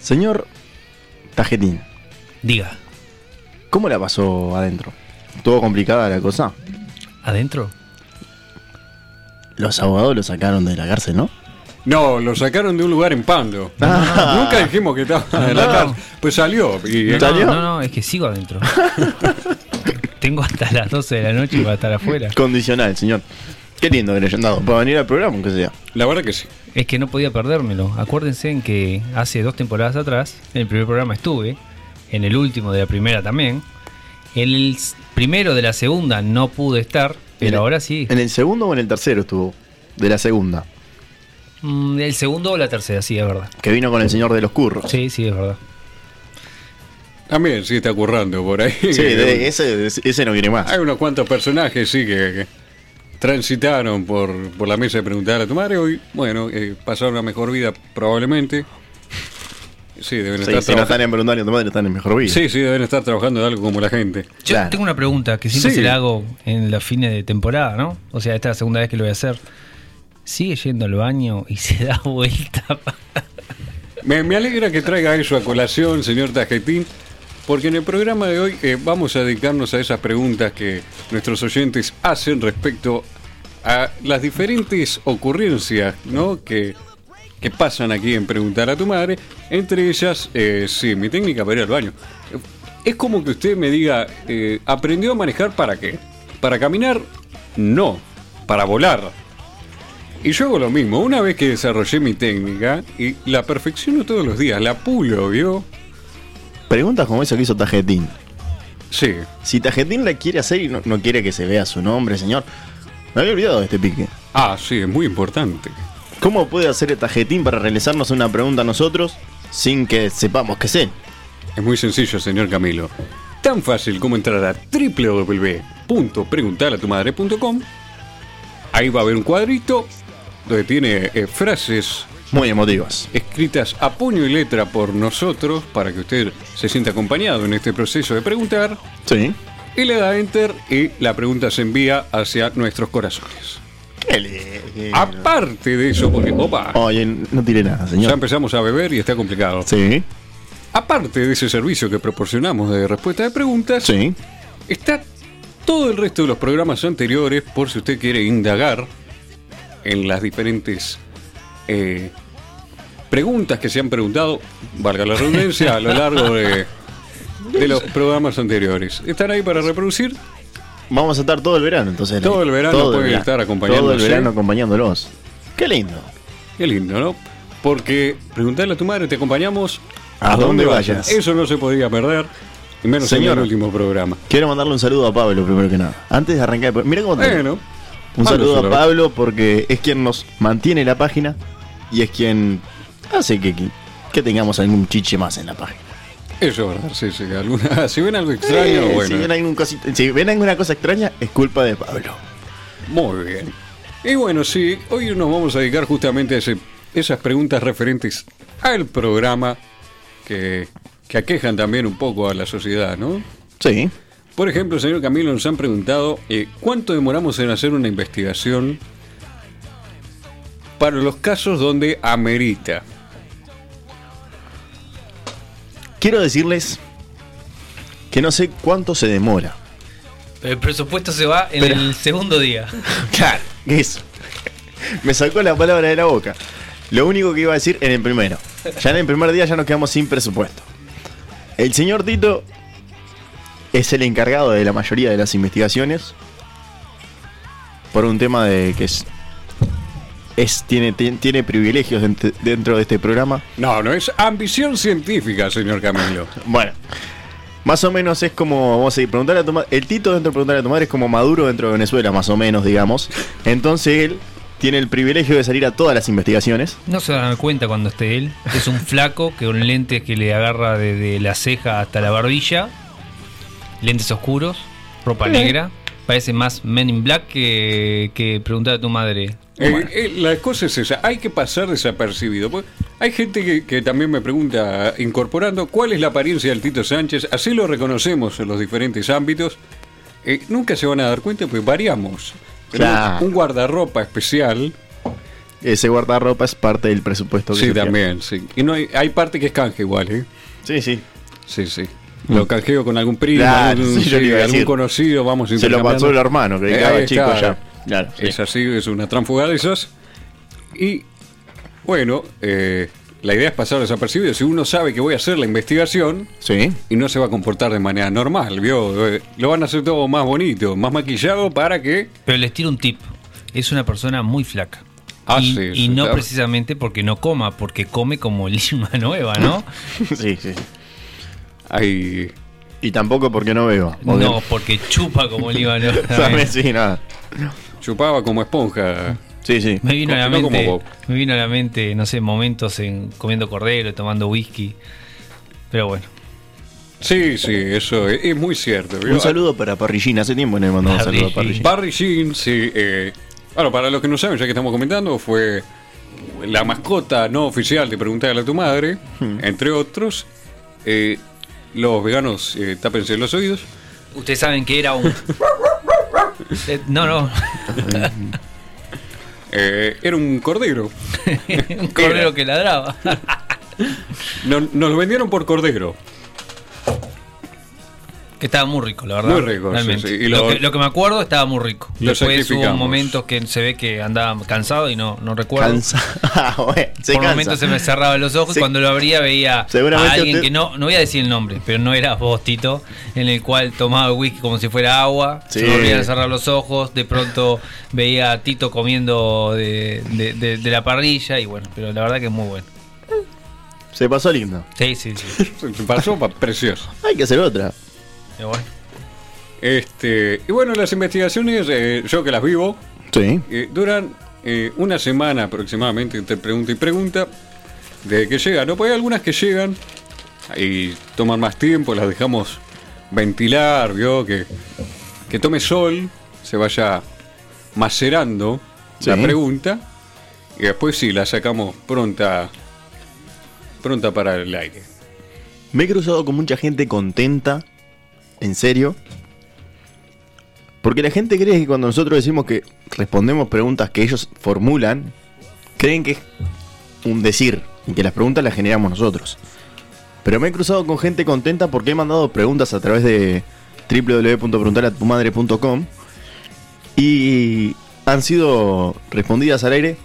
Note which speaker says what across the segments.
Speaker 1: Señor Tajetín,
Speaker 2: Diga,
Speaker 1: ¿cómo la pasó adentro? ¿Todo complicada la cosa?
Speaker 2: ¿adentro?
Speaker 1: Los abogados lo sacaron de la cárcel, ¿no?
Speaker 3: No, lo sacaron de un lugar en Pando.
Speaker 1: Ah.
Speaker 3: Nunca dijimos que estaba en la
Speaker 2: No.
Speaker 3: cárcel. Pues salió. Y,
Speaker 2: No,
Speaker 1: ¿Salió?
Speaker 2: no, no, es que sigo adentro. Tengo hasta las 12 de la noche para estar afuera.
Speaker 1: Condicional, señor. Qué lindo que le hayan dado. Para venir al programa, aunque sea.
Speaker 3: la verdad que sí.
Speaker 2: Es que no podía perdérmelo. Acuérdense en que hace dos temporadas atrás, en el primer programa estuve, en el último de la primera también. En el s- primero de la segunda no pude estar,
Speaker 1: En
Speaker 2: pero
Speaker 1: el-
Speaker 2: ahora sí.
Speaker 1: ¿En el segundo o en el tercero estuvo? De la segunda.
Speaker 2: Mm, El segundo o la tercera, sí, es verdad.
Speaker 1: Que vino con el señor de los curros.
Speaker 2: Sí, sí, es verdad.
Speaker 3: También sí está currando por ahí.
Speaker 1: Sí, de- ese, ese no viene más.
Speaker 3: Hay unos cuantos personajes, sí, que, que transitaron por, por la mesa de preguntar a tu madre y, bueno, eh, pasaron una mejor vida probablemente. Sí, deben
Speaker 1: Sí,
Speaker 3: estar
Speaker 1: si no
Speaker 3: trabajando.
Speaker 1: están en voluntario, no están en mejor vida.
Speaker 3: Sí, sí, deben estar trabajando de algo como la gente.
Speaker 2: Yo
Speaker 1: Claro.
Speaker 2: tengo una pregunta que siempre
Speaker 3: Sí.
Speaker 2: se la hago en los fines de temporada, ¿no? O sea, esta es la segunda vez que lo voy a hacer. ¿Sigue yendo al baño y se da vuelta? pa-
Speaker 3: Me, me alegra que traiga eso a colación, señor Tajetín, porque en el programa de hoy eh, vamos a dedicarnos a esas preguntas que nuestros oyentes hacen respecto a las diferentes ocurrencias ¿no? que, que pasan aquí en Preguntar a tu Madre. Entre ellas, eh, sí, mi técnica para ir al baño. Es como que usted me diga, eh, ¿aprendió a manejar para qué? ¿Para caminar? No, para volar. Y yo hago lo mismo. Una vez que desarrollé mi técnica y la perfecciono todos los días, la pulo, ¿vio?
Speaker 1: Preguntas como esa que hizo Tajetín.
Speaker 3: Sí.
Speaker 1: Si Tajetín la quiere hacer y no, no quiere que se vea su nombre, señor. Me había olvidado de este pique.
Speaker 3: Ah, sí, es muy importante.
Speaker 1: ¿Cómo puede hacer el Tajetín para realizarnos una pregunta a nosotros sin que sepamos que sé?
Speaker 3: Es muy sencillo, señor Camilo. Tan fácil como entrar a www.preguntalatumadre.com. Ahí va a haber un cuadrito donde tiene eh, frases
Speaker 1: Muy emotivas.
Speaker 3: escritas a puño y letra por nosotros para que usted se sienta acompañado en este proceso de preguntar.
Speaker 1: Sí.
Speaker 3: Y le da enter y la pregunta se envía hacia nuestros corazones.
Speaker 1: Qué lindo.
Speaker 3: Ah. Aparte de eso, porque, opa,
Speaker 1: Oye, no tiré nada,
Speaker 3: ya
Speaker 1: Oh, señor.
Speaker 3: empezamos a beber y está complicado.
Speaker 1: Sí,
Speaker 3: Aparte de ese servicio que proporcionamos de respuesta de preguntas,
Speaker 1: sí.
Speaker 3: está todo el resto de los programas anteriores por si usted quiere indagar en las diferentes eh, preguntas que se han preguntado, valga la redundancia, a lo largo de, de los programas anteriores. Están ahí para reproducir.
Speaker 1: Vamos a estar todo el verano, entonces.
Speaker 3: Todo el verano pueden estar acompañándonos,
Speaker 1: Todo el
Speaker 3: ¿sí?
Speaker 1: verano acompañándolos. Qué lindo.
Speaker 3: Qué lindo, ¿no? Porque preguntarle a tu madre, te acompañamos
Speaker 1: A donde vayas.
Speaker 3: Eso no se podía perder, y menos
Speaker 1: Señor.
Speaker 3: en el último programa.
Speaker 1: Quiero mandarle un saludo a Pablo, primero que nada. Antes de arrancar, el pro- mira cómo te-
Speaker 3: Bueno,
Speaker 1: Un
Speaker 3: Pablo
Speaker 1: saludo
Speaker 3: Solar.
Speaker 1: a Pablo porque es quien nos mantiene la página y es quien hace que, que, que tengamos algún chiche más en la página.
Speaker 3: eso es verdad, sí, sí, alguna- si ven algo extraño,
Speaker 1: Eh,
Speaker 3: bueno.
Speaker 1: si, ven algún cosita- si ven alguna cosa extraña, es culpa de Pablo.
Speaker 3: Muy bien. Y bueno, sí, hoy nos vamos a dedicar justamente a ese- esas preguntas referentes al programa que, que aquejan también un poco a la sociedad, ¿no?
Speaker 1: Sí.
Speaker 3: Por ejemplo, señor Camilo, nos han preguntado eh, cuánto demoramos en hacer una investigación para los casos donde amerita.
Speaker 1: Quiero decirles que no sé cuánto se demora.
Speaker 2: El presupuesto se va en
Speaker 1: Pero-
Speaker 2: el segundo día.
Speaker 1: Claro. Eso. Me sacó la palabra de la boca. Lo único que iba a decir en el primero. Ya en el primer día ya nos quedamos sin presupuesto. El señor Tito es el encargado de la mayoría de las investigaciones. Por un tema de que es. es- tiene, tien- tiene privilegios dent- dentro de este programa.
Speaker 3: No, no es ambición científica, señor Camilo.
Speaker 1: Bueno. Más o menos es como, vamos a decir, preguntarle a tu madre. El Tito dentro de preguntarle a tu madre es como Maduro dentro de Venezuela, más o menos, digamos. Entonces él tiene el privilegio de salir a todas las investigaciones.
Speaker 2: No se dan cuenta cuando esté él. Es un flaco que con lentes que le agarra desde la ceja hasta la barbilla. Lentes oscuros, ropa negra. Parece más Men in Black que, que preguntar a tu madre.
Speaker 3: Eh, eh, la cosa es esa, hay que pasar desapercibido. porque Hay gente que, que también me pregunta, incorporando, ¿cuál es la apariencia del Tito Sánchez? Así lo reconocemos en los diferentes ámbitos. Eh, nunca se van a dar cuenta, pues variamos. Tenemos
Speaker 1: Claro.
Speaker 3: Un guardarropa especial
Speaker 1: ese guardarropa es parte del presupuesto que
Speaker 3: Sí,
Speaker 1: se tiene.
Speaker 3: también, sí. Y no hay, hay parte que es canje igual, ¿eh?
Speaker 1: Sí, sí.
Speaker 3: Sí, sí. Lo canjeo con algún primo,
Speaker 1: Claro,
Speaker 3: algún,
Speaker 1: sí, yo
Speaker 3: sí,
Speaker 1: le iba a
Speaker 3: algún
Speaker 1: decir.
Speaker 3: conocido, vamos
Speaker 1: Se lo pasó el hermano, que
Speaker 3: Eh,
Speaker 1: estaba
Speaker 3: ahí
Speaker 1: chico
Speaker 3: está.
Speaker 1: ya. Claro, sí.
Speaker 3: Es así, es una tránfuga de esas. Y bueno, eh, la idea es pasar desapercibido. Si uno sabe que voy a hacer la investigación
Speaker 1: Sí.
Speaker 3: y no se va a comportar de manera normal, ¿vio? Eh, Lo van a hacer todo más bonito, más maquillado para que.
Speaker 2: Pero les tiro un tip. Es una persona muy flaca.
Speaker 3: Ah,
Speaker 2: y,
Speaker 3: sí,
Speaker 2: y
Speaker 3: sí,
Speaker 2: no
Speaker 3: claro.
Speaker 2: precisamente porque no coma, porque come como lima nueva, ¿no?
Speaker 1: Sí, sí.
Speaker 3: Hay,
Speaker 1: Y tampoco porque no veo.
Speaker 2: no, porque chupa como lima nueva.
Speaker 1: Sabe, sí, nada.
Speaker 3: chupaba como esponja.
Speaker 1: Sí, sí.
Speaker 2: Me vino, a la
Speaker 3: No como
Speaker 2: mente,
Speaker 3: Bob.
Speaker 2: me vino a la mente, no sé, momentos en comiendo cordero, tomando whisky. Pero bueno,
Speaker 3: Sí, sí, eso es, es muy cierto. ¿vio?
Speaker 1: Un saludo para Parrillín. Hace tiempo no le mandamos un saludo a
Speaker 2: Parrillín.
Speaker 1: Parrillín.
Speaker 3: Barry Jean, sí. eh, bueno, para los que no saben, ya que estamos comentando, fue la mascota no oficial de Preguntarle a tu madre, entre otros. Eh, los veganos, eh, tápense los oídos.
Speaker 2: ustedes saben que era un... Eh, no, no,
Speaker 3: Eh, era un cordero.
Speaker 2: un cordero que ladraba.
Speaker 3: No- nos lo vendieron por cordero.
Speaker 2: Que estaba muy rico, la verdad.
Speaker 3: Muy rico, sí,
Speaker 2: realmente.
Speaker 3: sí. Y
Speaker 2: lo,
Speaker 3: lo-
Speaker 2: que, lo que me acuerdo estaba muy rico.
Speaker 3: Lo
Speaker 2: Después hubo
Speaker 3: sacrificamos.
Speaker 2: momentos que se ve que andaba cansado y no, no recuerdo.
Speaker 1: Cansa. Ah, bueno, se
Speaker 2: Por
Speaker 1: cansa.
Speaker 2: momentos se me cerraban los ojos
Speaker 1: Se-
Speaker 2: y cuando lo abría veía
Speaker 1: Seguramente
Speaker 2: a alguien
Speaker 1: usted-
Speaker 2: que no, no voy a decir el nombre, pero no eras vos, Tito, en el cual tomaba whisky como si fuera agua, se
Speaker 1: Sí.
Speaker 2: me volvían a cerrar los ojos, de pronto veía a Tito comiendo de, de- de- de la parrilla y bueno, pero la verdad que es muy bueno.
Speaker 1: Se pasó lindo.
Speaker 2: Sí, sí, sí.
Speaker 3: Se- se Pasó pa- precioso.
Speaker 1: Hay que hacer otra.
Speaker 2: Pero bueno.
Speaker 3: Este, y bueno, las investigaciones, eh, yo que las vivo,
Speaker 1: Sí.
Speaker 3: Eh, duran eh, una semana aproximadamente entre pregunta y pregunta, desde que llegan. No, pues hay algunas que llegan y toman más tiempo, las dejamos ventilar, ¿vio? Que, que tome sol, se vaya macerando la
Speaker 1: Sí.
Speaker 3: pregunta y después sí, la sacamos pronta, pronta para el aire.
Speaker 1: Me he cruzado con mucha gente contenta, en serio. Porque la gente cree que cuando nosotros decimos que respondemos preguntas que ellos formulan, creen que es un decir y que las preguntas las generamos nosotros. Pero me he cruzado con gente contenta porque he mandado preguntas a través de www.preguntalatumadre.com y han sido respondidas al aire.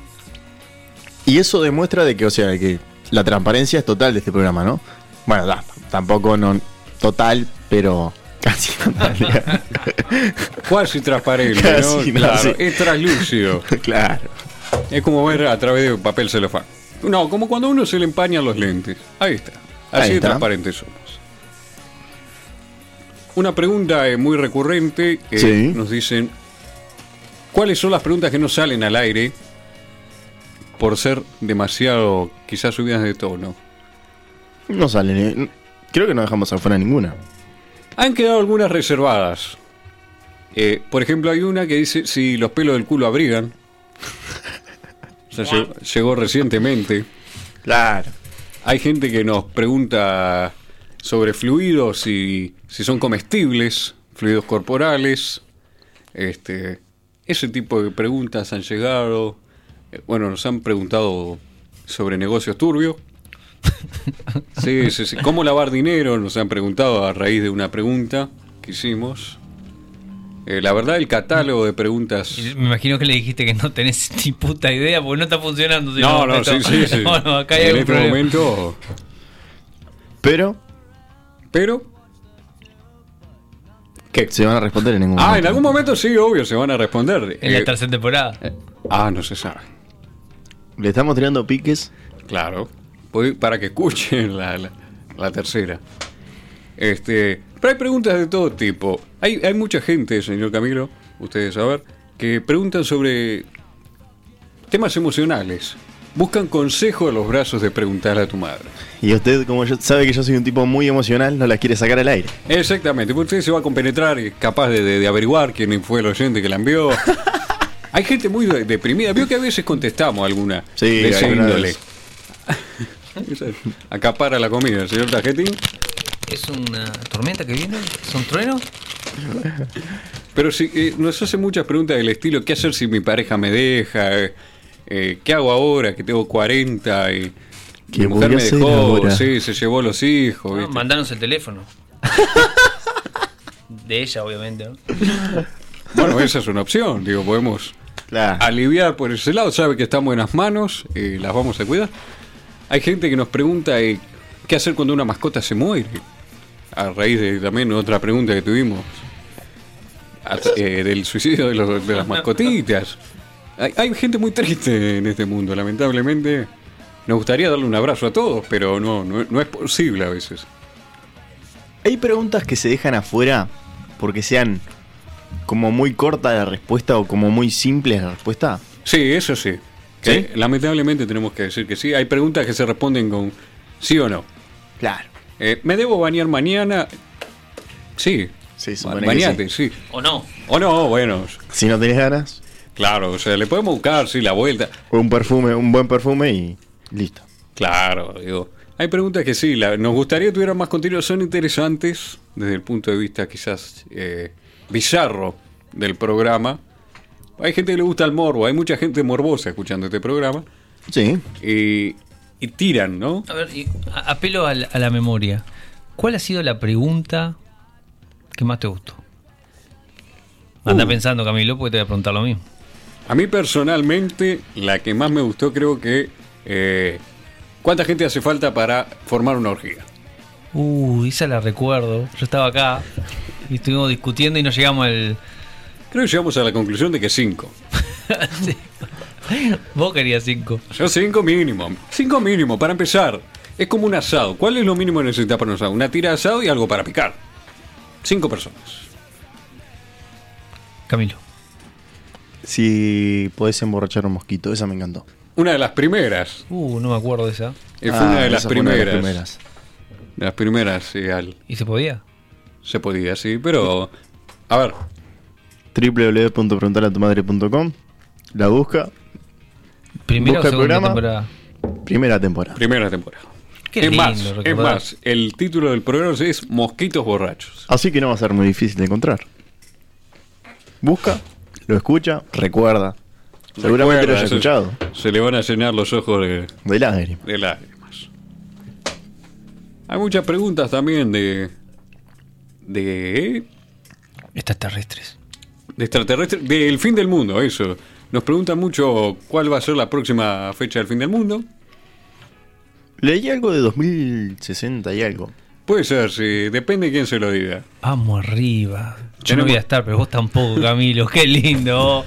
Speaker 1: Y eso demuestra de que, o sea, que la transparencia es total de este programa, ¿no? Bueno, da, tampoco no total, pero casi total.
Speaker 3: Cuasi transparente, ¿no?
Speaker 1: Casi, no,
Speaker 3: Claro,
Speaker 1: sí.
Speaker 3: es translúcido.
Speaker 1: claro.
Speaker 3: Es como ver a través de papel celofán. No, como cuando a uno se le empañan los lentes. Ahí está. Así
Speaker 1: Ahí
Speaker 3: de
Speaker 1: está.
Speaker 3: transparentes somos. Una pregunta eh, muy recurrente que
Speaker 1: Sí.
Speaker 3: nos dicen: ¿Cuáles son las preguntas que no salen al aire por ser demasiado, quizás subidas de tono?
Speaker 1: No salen. eh. Creo que no dejamos afuera ninguna.
Speaker 3: Han quedado algunas reservadas. Eh, por ejemplo, hay una que dice: Si los pelos del culo abrigan. O sea, llegó- llegó recientemente.
Speaker 1: Claro.
Speaker 3: Hay gente que nos pregunta sobre fluidos y si son comestibles, fluidos corporales. Este, ese tipo de preguntas han llegado. Eh, Bueno, nos han preguntado sobre negocios turbios. Sí, sí, sí. ¿Cómo lavar dinero? Nos han preguntado a raíz de una pregunta que hicimos. Eh, la verdad, el catálogo de preguntas.
Speaker 2: Y Me imagino que le dijiste que no tenés ni puta idea porque no está funcionando. si
Speaker 3: No, no,
Speaker 2: esto-
Speaker 3: sí, sí, sí.
Speaker 2: No, no, acá hay
Speaker 3: en
Speaker 2: algún
Speaker 3: este
Speaker 2: problema.
Speaker 3: momento.
Speaker 1: Pero
Speaker 3: Pero. ¿Qué?
Speaker 1: se van a responder en ningún
Speaker 3: Ah,
Speaker 1: momento.
Speaker 3: en algún momento sí, obvio, se van a responder.
Speaker 2: En
Speaker 3: Eh,
Speaker 2: la tercera temporada.
Speaker 3: eh, ah, no se sabe.
Speaker 1: Le estamos tirando piques.
Speaker 3: Claro. Voy para que escuchen la, la- la tercera. Este, pero hay preguntas de todo tipo. Hay, hay mucha gente, señor Camilo, ustedes saben, que preguntan sobre temas emocionales. Buscan consejo a los brazos de preguntar a tu madre.
Speaker 1: Y usted, como yo, sabe que yo soy un tipo muy emocional, no las quiere sacar al aire.
Speaker 3: Exactamente, porque usted se va a compenetrar y es capaz de, de- de averiguar quién fue el oyente que la envió. Hay gente muy de- deprimida. Vio que a veces contestamos alguna
Speaker 1: Sí,
Speaker 3: de esa
Speaker 1: alguna
Speaker 3: índole.
Speaker 1: vez.
Speaker 3: Acapara la comida, señor Tajetín.
Speaker 2: ¿Es una tormenta que viene? ¿Son truenos?
Speaker 3: Pero sí, eh, nos hace muchas preguntas del estilo, ¿qué hacer si mi pareja me deja? Eh, eh, ¿qué hago ahora que tengo 40 y
Speaker 1: ¿Qué
Speaker 3: mi mujer
Speaker 1: voy a
Speaker 3: me
Speaker 1: hacer
Speaker 3: dejó?
Speaker 1: ahora?
Speaker 3: Sí, se llevó los hijos.
Speaker 2: No,
Speaker 3: ¿viste?
Speaker 2: Ah, mandanos el teléfono. de ella, obviamente. ¿no?
Speaker 3: Bueno, esa es una opción, digo, podemos
Speaker 1: Claro.
Speaker 3: aliviar por ese lado, sabe que está en buenas manos y las vamos a cuidar. Hay gente que nos pregunta eh, qué hacer cuando una mascota se muere. A raíz de también otra pregunta que tuvimos a- eh, del suicidio de, los- de las mascotitas. Hay, hay gente muy triste en este mundo, lamentablemente. Nos gustaría darle un abrazo a todos, pero no, no, no es posible a veces.
Speaker 1: Hay preguntas que se dejan afuera porque sean como muy corta la respuesta o como muy simple la respuesta.
Speaker 3: Sí, eso sí.
Speaker 1: ¿Sí?
Speaker 3: Eh, lamentablemente tenemos que decir que sí. Hay preguntas que se responden con sí o no.
Speaker 1: Claro.
Speaker 3: Eh, ¿Me debo bañar mañana? Sí.
Speaker 1: Sí,
Speaker 3: Ba-
Speaker 1: supone que
Speaker 3: Bañate, sí.
Speaker 2: O no.
Speaker 3: O no, bueno.
Speaker 1: Si no tenés ganas,
Speaker 3: Claro, o sea, le podemos buscar, sí, la vuelta.
Speaker 1: un perfume, un buen perfume y listo.
Speaker 3: Claro, digo. Hay preguntas que sí, la- nos gustaría que tuvieran más contenido, son interesantes desde el punto de vista quizás eh, bizarro del programa. Hay gente que le gusta el morbo, hay mucha gente morbosa escuchando este programa
Speaker 1: Sí.
Speaker 3: y, y tiran, ¿no?
Speaker 2: A ver, y a- apelo a la, a la memoria. ¿Cuál ha sido la pregunta que más te gustó? Anda
Speaker 3: Uh.
Speaker 2: pensando, Camilo, porque te voy a preguntar lo mismo.
Speaker 3: A mí personalmente, la que más me gustó creo que... eh, ¿Cuánta gente hace falta para formar una orgía?
Speaker 2: Uy, Uh, esa la recuerdo. Yo estaba acá y estuvimos discutiendo y no llegamos al.
Speaker 3: Creo que llegamos a la conclusión de que cinco.
Speaker 2: Sí. Vos querías cinco.
Speaker 3: Yo cinco mínimo. Cinco mínimo, para empezar. Es como un asado. ¿Cuál es lo mínimo que necesitas para un asado? Una tira de asado y algo para picar. Cinco personas.
Speaker 2: Camilo.
Speaker 1: Si podés emborrachar un mosquito, esa me encantó.
Speaker 3: Una de las primeras.
Speaker 2: Uh, no me acuerdo de esa.
Speaker 3: Eh, fue
Speaker 1: Ah,
Speaker 3: una de las
Speaker 1: esa fue una
Speaker 3: primeras.
Speaker 1: de
Speaker 3: de
Speaker 1: las
Speaker 3: las primeras, sí, al-
Speaker 2: ¿Y se podía?
Speaker 3: se podía, sí, pero... A ver,
Speaker 1: primeras. www.preguntalatumadre.com La busca,
Speaker 2: ¿Primera o
Speaker 1: Busca el
Speaker 2: segunda
Speaker 1: programa.
Speaker 2: temporada?
Speaker 1: primera temporada.
Speaker 3: primera temporada.
Speaker 2: Qué
Speaker 3: es
Speaker 2: lindo
Speaker 3: más, es
Speaker 2: recordar.
Speaker 3: más, el título del programa es Mosquitos Borrachos.
Speaker 1: Así que no va a ser muy difícil de encontrar. Busca, lo escucha, recuerda. Seguramente lo
Speaker 3: Recuerda,
Speaker 1: haya
Speaker 3: se-
Speaker 1: escuchado.
Speaker 3: Se le van a llenar los ojos de,
Speaker 1: De lágrimas.
Speaker 3: de lágrimas. Hay muchas preguntas también de. de.
Speaker 2: Extraterrestres.
Speaker 3: de extraterrestres. del fin del mundo, eso. Nos preguntan mucho cuál va a ser la próxima fecha del fin del mundo.
Speaker 1: Leí algo de 2060 y algo.
Speaker 3: Puede ser, sí, depende de quién se lo diga.
Speaker 2: Vamos arriba. Yo
Speaker 3: Tenemos-
Speaker 2: no voy a estar, pero vos tampoco, Camilo. Qué lindo.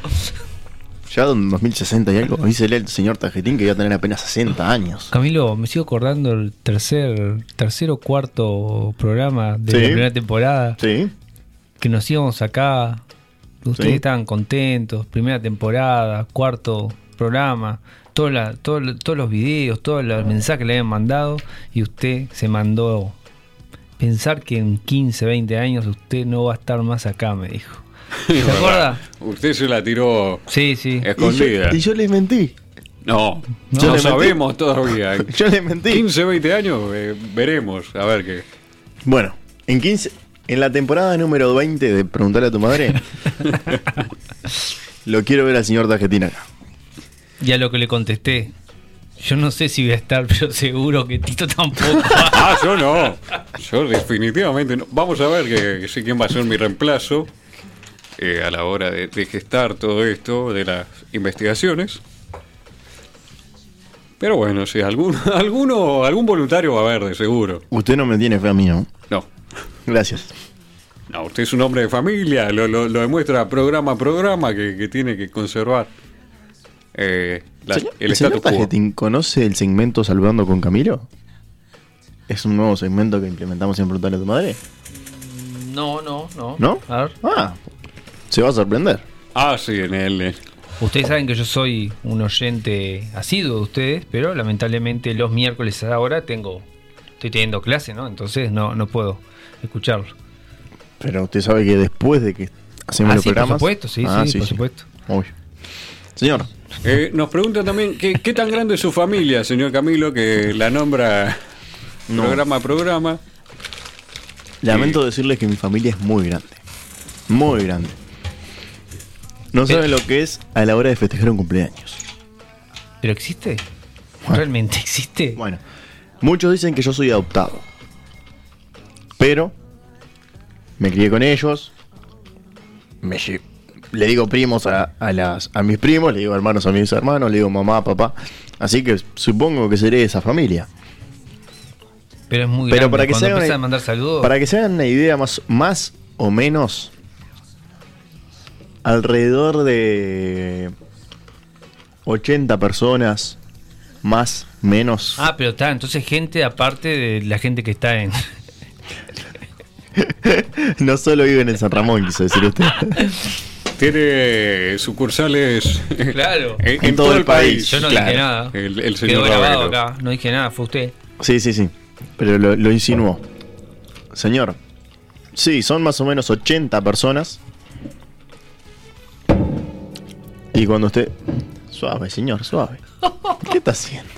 Speaker 1: Ya en 2060 y algo, dísele el señor Tajetín que iba a tener apenas 60 años.
Speaker 2: Camilo, me sigo acordando el tercer, tercer o cuarto programa de la
Speaker 1: Sí.
Speaker 2: primera temporada.
Speaker 1: Sí.
Speaker 2: Que nos íbamos acá. Ustedes
Speaker 1: Sí.
Speaker 2: estaban contentos. Primera temporada, cuarto programa. Toda la- todo lo- todos los videos, todos los mensajes que le habían mandado. Y usted se mandó. Pensar que en 15, 20 años usted no va a estar más acá, me dijo. ¿Te acuerdas?
Speaker 3: Usted se la tiró
Speaker 2: Sí, sí.
Speaker 3: escondida.
Speaker 1: Y yo, y yo les mentí.
Speaker 3: No,
Speaker 1: Yo
Speaker 3: no,
Speaker 1: le metí-
Speaker 3: sabemos todavía. En
Speaker 1: Yo les mentí.
Speaker 3: 15, 20 años eh, veremos, a ver qué.
Speaker 1: Bueno, en 15. En la temporada número 20 de Preguntarle a tu madre. lo quiero ver al señor Tajetín acá.
Speaker 2: Y a lo que le contesté. Yo no sé si voy a estar, pero seguro que Tito tampoco.
Speaker 3: Ah, yo no. Yo definitivamente no. Vamos a ver que, que sí, quién va a ser mi reemplazo eh, a la hora de, de gestar todo esto de las investigaciones. Pero bueno, sí, algún, alguno, algún voluntario va a haber, de seguro.
Speaker 1: Usted no me tiene fe a mí, ¿no?
Speaker 3: No.
Speaker 1: Gracias.
Speaker 3: No, usted es un hombre de familia, lo, lo- lo demuestra programa a programa que, que tiene que conservar eh, la-
Speaker 1: Señor-
Speaker 3: el
Speaker 1: ¿El señor
Speaker 3: status quo.
Speaker 1: Tajetín conoce el segmento Saludando con Camilo? Es un nuevo segmento que implementamos en Preguntarle a tu madre.
Speaker 2: No, no, no.
Speaker 1: ¿No?
Speaker 2: A ver.
Speaker 1: Ah, se va a sorprender.
Speaker 3: Ah, sí, en el... eh,
Speaker 2: Ustedes saben que yo soy un oyente asiduo de ustedes, pero lamentablemente los miércoles a ahora tengo. Estoy teniendo clase, ¿no? Entonces no, no puedo escucharlo.
Speaker 1: Pero usted sabe que después de que hacemos
Speaker 2: Ah,
Speaker 1: los
Speaker 2: sí, por
Speaker 1: programas. Ah,
Speaker 2: supuesto, sí, sí, por supuesto.
Speaker 1: Obvio. Señor,
Speaker 3: Eh, nos pregunta también que- qué tan grande es su familia, señor Camilo, que la nombra
Speaker 1: No.
Speaker 3: programa a programa.
Speaker 1: lamento decirles que mi familia es muy grande. Muy grande. No
Speaker 2: Pero-
Speaker 1: saben lo que es a la hora de festejar un cumpleaños.
Speaker 2: ¿Pero existe? ¿Realmente existe?
Speaker 1: Bueno, muchos dicen que yo soy adoptado. Pero me crié con ellos. Me lle- le digo primos a, a las, a mis primos, le digo hermanos a mis hermanos, le digo mamá, papá. Así que supongo que seré de esa familia.
Speaker 2: Pero es muy
Speaker 1: Pero
Speaker 2: grande.
Speaker 1: para que, se
Speaker 2: Cuando
Speaker 1: hagan
Speaker 2: empiezan
Speaker 1: una-
Speaker 2: a mandar saludos,
Speaker 1: para que se hagan una idea más, más o menos, alrededor de 80 personas, más, menos.
Speaker 2: Ah, pero está, entonces gente aparte de la gente que está en...
Speaker 1: No solo viven en San Ramón, quiso decir usted.
Speaker 3: Tiene sucursales en,
Speaker 2: Claro.
Speaker 1: En todo el país.
Speaker 2: Yo no
Speaker 1: Eh, Claro.
Speaker 2: dije nada.
Speaker 3: El- el
Speaker 2: Quedó
Speaker 3: señor
Speaker 2: grabado
Speaker 3: Ravero.
Speaker 2: acá. No dije nada, fue usted.
Speaker 1: Sí, sí, sí. Pero lo, lo insinuó. Señor, sí, son más o menos 80 personas. Y cuando usted... Suave, señor, suave. ¿Qué está haciendo?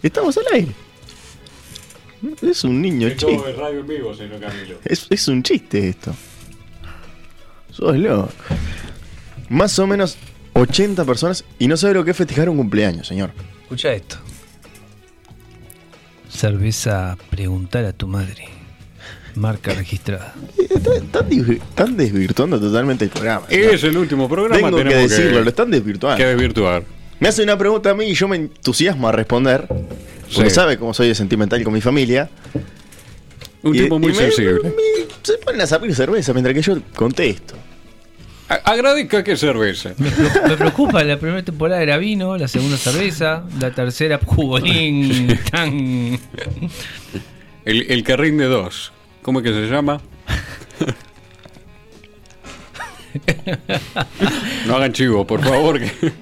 Speaker 1: Estamos al aire. Es un niño,
Speaker 3: Es
Speaker 1: chico.
Speaker 3: como de radio en vivo, señor Camilo.
Speaker 1: Es, es un chiste esto. Sos loco. Más o menos 80 personas y no sabe lo que es festejar un cumpleaños, señor.
Speaker 2: Escucha esto. Cerveza Preguntar a tu madre. Marca registrada.
Speaker 1: Están, están desvi- están desvirtuando totalmente el programa.
Speaker 3: Es el último programa.
Speaker 1: Tengo que
Speaker 3: tenemos
Speaker 1: decirlo, lo
Speaker 3: que,
Speaker 1: están desvirtuando.
Speaker 3: que desvirtuar.
Speaker 1: Me hace una pregunta a mí y yo me entusiasmo a responder. Porque
Speaker 3: Sí.
Speaker 1: sabe cómo soy de sentimental con mi familia.
Speaker 3: Un
Speaker 1: Y-
Speaker 3: tipo muy
Speaker 1: y me-
Speaker 3: sensible.
Speaker 1: me- se ponen a servir cerveza mientras que yo contesto.
Speaker 3: A- Agradezca que cerveza.
Speaker 2: Me, preocu- me preocupa, la primera temporada era vino, la segunda cerveza, la tercera jugolín, tan...
Speaker 3: El, el que rinde dos. ¿Cómo es que se llama? No hagan chivo, por favor. que-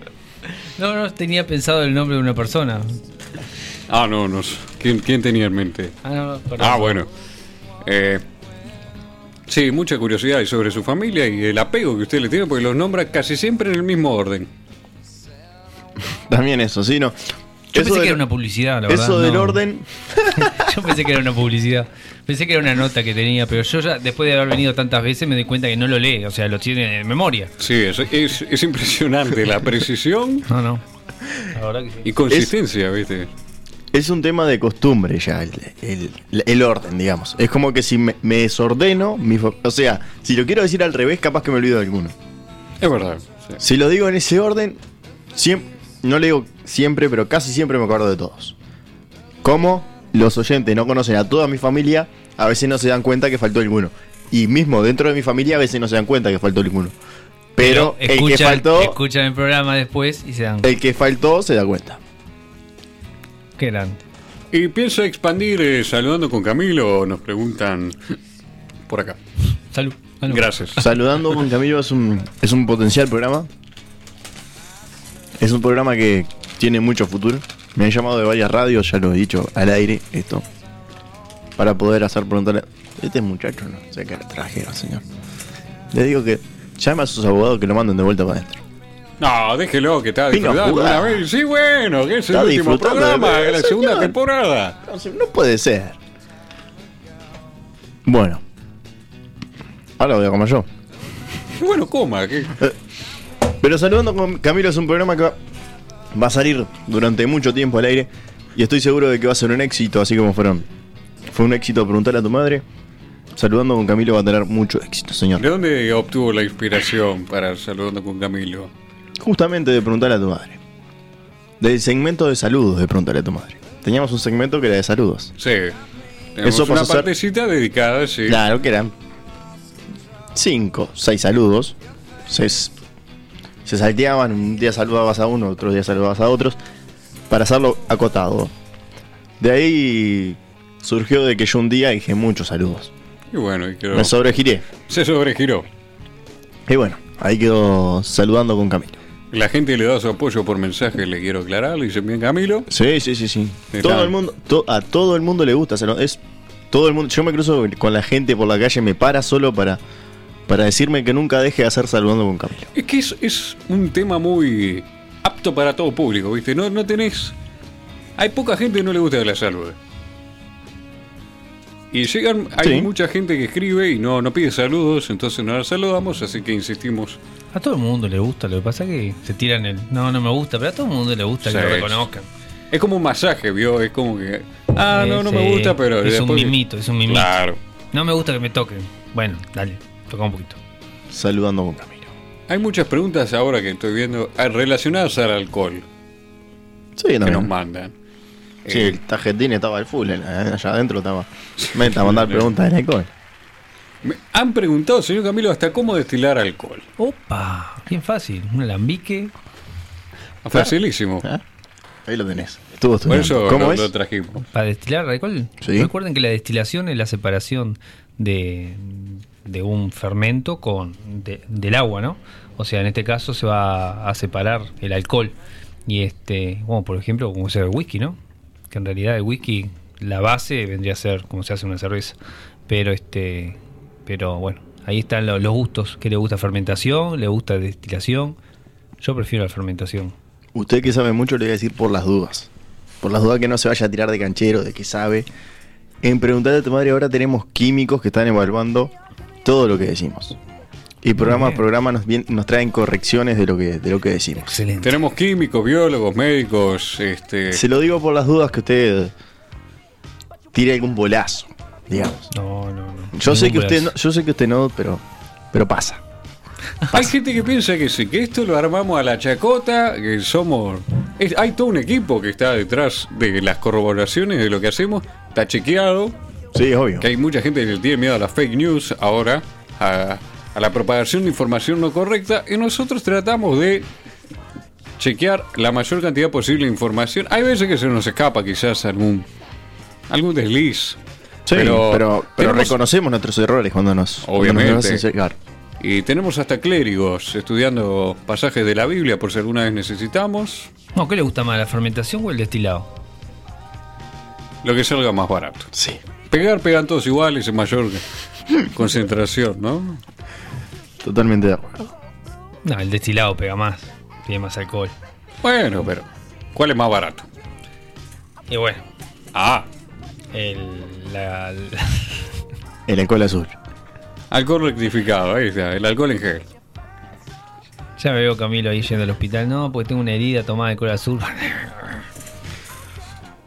Speaker 2: No, no, tenía pensado el nombre de una persona.
Speaker 3: Ah, no, no. sé. ¿Quién, quién tenía en mente?
Speaker 2: Ah, no, perdón.
Speaker 3: Ah, bueno. Eh, sí, mucha curiosidad y sobre su familia y el apego que usted le tiene, porque los nombra casi siempre en el mismo orden.
Speaker 1: También eso, ¿sí? No.
Speaker 2: Yo
Speaker 1: Eso
Speaker 2: pensé
Speaker 1: del-
Speaker 2: que era una publicidad, la verdad.
Speaker 1: Eso del
Speaker 2: no.
Speaker 1: orden.
Speaker 2: Yo pensé que era una publicidad. Pensé que era una nota que tenía, pero yo ya, después de haber venido tantas veces, me doy cuenta que no lo lee, o sea, lo tiene en memoria.
Speaker 3: Sí, es, es- es impresionante la precisión
Speaker 2: No, no. La verdad que sí.
Speaker 3: y consistencia, ¿viste?
Speaker 1: Es un tema de costumbre ya, el, el- el orden, digamos. Es como que si me, me desordeno, mi fa- o sea, si lo quiero decir al revés, capaz que me olvido de alguno.
Speaker 3: Es verdad. sí.
Speaker 1: Si lo digo en ese orden, siem- no le digo siempre, pero casi siempre me acuerdo de todos. Como los oyentes no conocen a toda mi familia, a veces no se dan cuenta que faltó alguno. Y mismo dentro de mi familia a veces no se dan cuenta que faltó alguno. Pero, el que
Speaker 2: escuchan-
Speaker 1: faltó, Eh.
Speaker 2: escuchan el programa después y se dan.
Speaker 1: el que faltó se da cuenta.
Speaker 2: Qué grande.
Speaker 3: Y piensa expandir eh, saludando con Camilo, nos preguntan por acá.
Speaker 2: Salud. salud.
Speaker 3: Gracias.
Speaker 1: Saludando con Camilo es un, es un potencial programa. Es un programa que tiene mucho futuro. Me han llamado de varias radios, ya lo he dicho al aire esto. Para poder hacer preguntarle. Este muchacho no sé qué le trajeron, señor. Le digo que llame a sus abogados que lo manden de vuelta para adentro.
Speaker 3: No, déjelo que está
Speaker 1: Vino a
Speaker 3: disfrutando una
Speaker 1: jugar.
Speaker 3: vez. Sí, bueno, que es el
Speaker 1: Está
Speaker 3: último
Speaker 1: disfrutando
Speaker 3: programa
Speaker 1: de-
Speaker 3: de la
Speaker 1: señor.
Speaker 3: segunda temporada.
Speaker 1: No, se- no puede ser. Bueno. Ahora voy a comer yo.
Speaker 3: Y Bueno, coma. que-
Speaker 1: Pero saludando con Camilo es un programa que va, va a salir durante mucho tiempo al aire y estoy seguro de que va a ser un éxito, así como fueron. Fue un éxito preguntarle a tu madre. Saludando con Camilo va a tener mucho éxito,
Speaker 3: ¿De
Speaker 1: señor.
Speaker 3: dónde obtuvo la inspiración para saludando con Camilo?
Speaker 1: Justamente de preguntarle a tu madre. Del segmento de saludos de preguntarle a tu madre. Teníamos un segmento que era de saludos.
Speaker 3: Sí. Tenemos
Speaker 1: Eso pasó
Speaker 3: una
Speaker 1: a ser-
Speaker 3: partecita dedicada, sí.
Speaker 1: Claro, que eran cinco, seis saludos. Se, se salteaban, un día saludabas a uno, otro día saludabas a otros, para hacerlo acotado. De ahí surgió de que yo un día dije muchos saludos.
Speaker 3: Y bueno, y creo-
Speaker 1: Me sobregiré.
Speaker 3: se sobregiró.
Speaker 1: Y bueno, ahí quedó saludando con Camilo.
Speaker 3: La gente le da su apoyo por mensaje, le quiero aclarar. Le dicen, bien, Camilo.
Speaker 1: Sí, sí, sí, sí.
Speaker 3: Sí,
Speaker 1: Todo
Speaker 3: claro.
Speaker 1: el mundo, to- a todo el mundo le gusta. se lo- es todo el mundo. Yo me cruzo con la gente por la calle, me para solo para, para decirme que nunca deje de hacer saludando con Camilo.
Speaker 3: Es que es, es un tema muy apto para todo público, ¿viste? No, no tenés. Hay poca gente que no le gusta la salud. Y llegan, hay
Speaker 1: Sí.
Speaker 3: mucha gente que escribe y no, no pide saludos, entonces no la saludamos, así que insistimos
Speaker 2: A todo el mundo le gusta, lo que pasa es que se tiran el. No, no me gusta, pero a todo el mundo le gusta que
Speaker 3: Sí.
Speaker 2: lo reconozcan.
Speaker 3: Es como un masaje, ¿vio? Es como que. Ah,
Speaker 2: Eh,
Speaker 3: no, no
Speaker 2: sí.
Speaker 3: me gusta, pero.
Speaker 2: Es un
Speaker 3: después-
Speaker 2: mimito, es un mimito.
Speaker 3: Claro.
Speaker 2: No me gusta que me toquen. Bueno, dale, toca un poquito.
Speaker 1: Saludando con Camilo.
Speaker 3: Hay muchas preguntas ahora que estoy viendo ah, relacionadas al alcohol
Speaker 1: Sí,
Speaker 3: que nos
Speaker 1: también.
Speaker 3: mandan.
Speaker 1: Sí,
Speaker 3: Eh,
Speaker 1: el tajetín estaba al full, eh, allá adentro estaba. Meta a mandar preguntas del alcohol.
Speaker 3: me han preguntado, señor Camilo, hasta cómo destilar alcohol.
Speaker 2: Opa, bien fácil. Un alambique.
Speaker 3: Facilísimo.
Speaker 1: ¿Ah? Ahí lo tenés. Estuvo
Speaker 3: Por
Speaker 1: estudiando.
Speaker 3: eso
Speaker 1: ¿Cómo
Speaker 3: lo,
Speaker 1: es?
Speaker 3: lo trajimos.
Speaker 2: Para destilar alcohol,
Speaker 1: Sí.
Speaker 2: recuerden que la destilación es la separación de, de un fermento con de- del agua, ¿no? O sea, en este caso se va a separar el alcohol. Y este, bueno, por ejemplo, como ser el whisky, ¿no? Que en realidad el whisky, la base vendría a ser como se hace una cerveza. Pero este, pero bueno, ahí están lo- los gustos. Que le gusta fermentación, le gusta destilación. Yo prefiero la fermentación.
Speaker 1: Usted que sabe mucho le voy a decir por las dudas. Por las dudas que no se vaya a tirar de canchero, de que sabe. En preguntarle a tu madre ahora tenemos químicos que están evaluando todo lo que decimos. Y programa a
Speaker 2: bien.
Speaker 1: programa nos, vien- nos traen correcciones de lo que, de lo que decimos.
Speaker 2: Excelente.
Speaker 3: Tenemos químicos, biólogos, médicos, este.
Speaker 1: Se lo digo por las dudas que usted tire algún bolazo, digamos.
Speaker 2: No, no, no.
Speaker 1: Yo sé que
Speaker 2: Ningún
Speaker 1: usted
Speaker 2: brazo.
Speaker 1: no, yo sé que usted no, pero pero pasa.
Speaker 3: Hay gente que piensa que sí, que esto lo armamos a la chacota, que somos... es- hay todo un equipo que está detrás de las corroboraciones de lo que hacemos, está chequeado,
Speaker 1: Sí, es obvio.
Speaker 3: que hay mucha gente que le tiene miedo a las fake news ahora, a, a la propagación de información no correcta, y nosotros tratamos de chequear la mayor cantidad posible de información. Hay veces que se nos escapa quizás algún, algún desliz.
Speaker 1: Sí, pero, pero,
Speaker 3: tenemos-
Speaker 1: reconocemos nuestros errores cuando nos, cuando
Speaker 3: Obviamente.
Speaker 1: nos hacen llegar.
Speaker 3: Y tenemos hasta clérigos estudiando pasajes de la Biblia por si alguna vez necesitamos.
Speaker 2: No, ¿qué le gusta más, la fermentación o el destilado?
Speaker 3: Lo que salga más barato.
Speaker 1: Sí.
Speaker 3: Pegar pegan todos iguales en mayor concentración, ¿no?
Speaker 1: Totalmente de acuerdo.
Speaker 2: No, el destilado pega más, tiene más alcohol.
Speaker 3: Bueno, pero ¿cuál es más barato?
Speaker 2: Y bueno,
Speaker 3: Ah,
Speaker 2: el, la- la-
Speaker 1: El alcohol azul.
Speaker 3: alcohol rectificado, ahí está, el alcohol en gel.
Speaker 2: ya me veo Camilo ahí yendo al hospital. No, porque tengo una herida tomada de cola azul.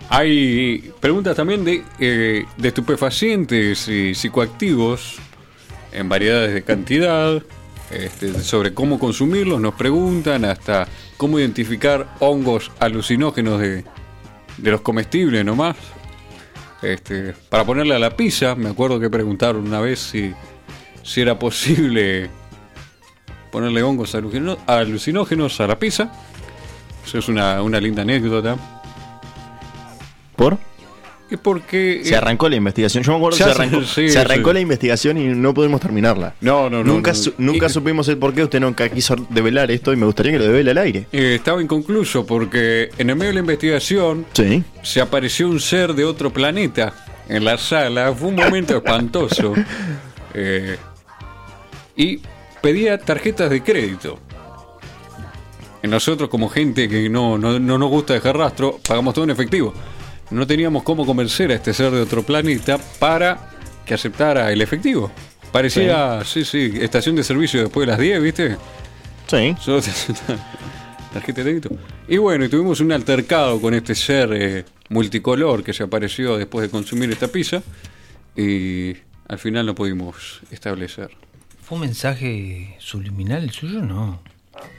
Speaker 3: Hay preguntas también de, eh, de estupefacientes y psicoactivos en variedades de cantidad, este, sobre cómo consumirlos, nos preguntan hasta cómo identificar hongos alucinógenos de, de los comestibles nomás. Este, para ponerle a la pizza, me acuerdo que preguntaron una vez si, si era posible ponerle hongos alucinó- alucinógenos a la pizza. Eso es una, una linda anécdota.
Speaker 1: ¿Por?
Speaker 3: Y porque...
Speaker 1: Se
Speaker 3: eh,
Speaker 1: arrancó la investigación. Yo me acuerdo que
Speaker 3: Ya
Speaker 1: se arrancó,
Speaker 3: se- sí,
Speaker 1: se arrancó
Speaker 3: sí.
Speaker 1: la investigación y no pudimos terminarla.
Speaker 3: No, no, no.
Speaker 1: nunca
Speaker 3: no.
Speaker 1: su- nunca
Speaker 3: Y-
Speaker 1: supimos el porqué. Usted nunca quiso develar esto y me gustaría que lo devele al aire.
Speaker 3: eh, estaba inconcluso porque en el medio de la investigación
Speaker 1: Sí.
Speaker 3: se apareció un ser de otro planeta en la sala. Fue un momento espantoso. Eh, y pedía tarjetas de crédito. Y Nosotros, como gente que no, no, no nos gusta dejar rastro, pagamos todo en efectivo. No teníamos cómo convencer a este ser de otro planeta para que aceptara el efectivo. Parecía, sí, sí estación de servicio después de las 10, ¿viste?
Speaker 1: Sí.
Speaker 3: Solo te aceptan tarjeta de crédito. Y bueno, y tuvimos un altercado con este ser eh, multicolor que se apareció después de consumir esta pizza y al final no pudimos establecer.
Speaker 2: ¿Fue un mensaje subliminal el suyo? No.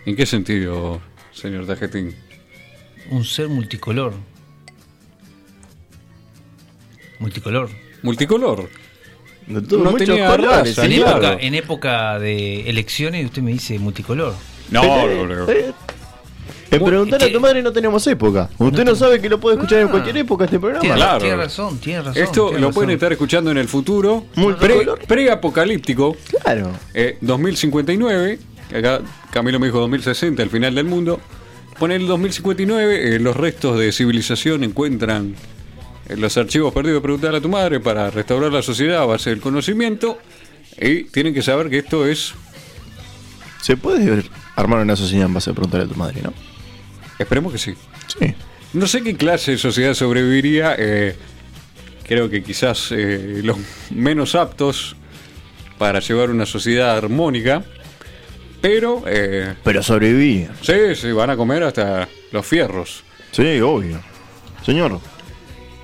Speaker 3: ¿En qué sentido, señor Tajetín?
Speaker 2: Un ser multicolor. Multicolor.
Speaker 3: Multicolor.
Speaker 1: No tuvo
Speaker 3: No
Speaker 1: muchos
Speaker 3: tenía
Speaker 1: colores,
Speaker 3: raza,
Speaker 2: En
Speaker 3: Sí,
Speaker 1: señor.
Speaker 3: claro.
Speaker 2: época, en época de elecciones usted me dice multicolor.
Speaker 3: No, no, no.
Speaker 1: Eh, En
Speaker 2: Bueno,
Speaker 1: preguntarle
Speaker 2: es
Speaker 1: a tu
Speaker 2: que-
Speaker 1: madre no tenemos época. Usted no sabe que lo puede escuchar en
Speaker 2: Ah.
Speaker 1: cualquier época este
Speaker 2: Tiene,
Speaker 1: programa.
Speaker 3: Claro.
Speaker 2: tiene razón, tiene razón.
Speaker 3: Esto
Speaker 2: tiene
Speaker 3: lo
Speaker 2: razón.
Speaker 3: pueden estar escuchando en el futuro,
Speaker 1: Multicolor.
Speaker 3: pre- preapocalíptico,
Speaker 1: Claro.
Speaker 3: eh, 2059. que Acá Camilo me dijo 2060, el final del mundo. Pone el 2059, eh, los restos de civilización encuentran eh, los archivos perdidos. Preguntar a tu madre para restaurar la sociedad a base del conocimiento. Y tienen que saber que esto es,
Speaker 1: Se puede armar una sociedad en base a preguntarle a tu madre, ¿no?
Speaker 3: esperemos que sí.
Speaker 1: Sí.
Speaker 3: No sé qué clase de sociedad sobreviviría. eh, creo que quizás eh, los menos aptos para llevar una sociedad armónica. Pero, eh,
Speaker 1: Pero sobrevivían.
Speaker 3: sí, sí, van a comer hasta los fierros.
Speaker 1: Sí, obvio. Señor,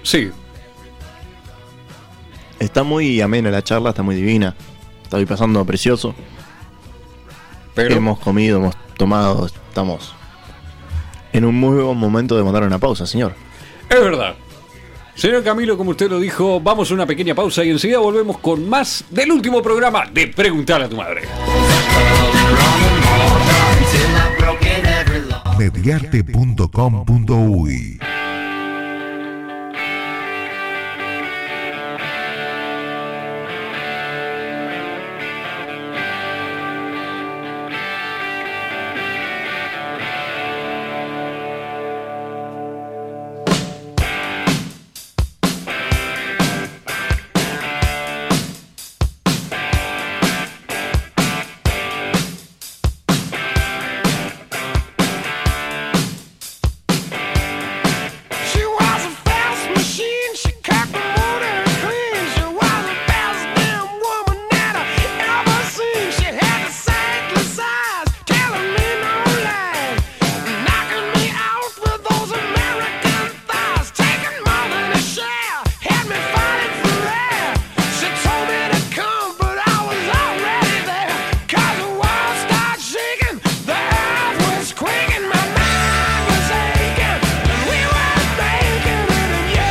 Speaker 3: Sí,
Speaker 1: está muy amena la charla, está muy divina. Estoy pasando precioso.
Speaker 3: pero
Speaker 1: Hemos comido, hemos tomado, estamos en un muy buen momento de mandar una pausa, señor.
Speaker 3: es verdad. Señor Camilo, como usted lo dijo, vamos a una pequeña pausa y enseguida volvemos con más del último programa de Preguntar a tu Madre.
Speaker 4: mediarte.com.uy
Speaker 5: She was a fast machine, she cocked the motor clean. She was the best damn woman that I ever seen. She had the sightless eyes, telling me no lies, knocking me out with those American thighs, taking more than a share, had me fighting for air. She told me to come, but I was already there. 'Cause the world started shaking, the earth was quaking, my mind was aching, and we were making it. And you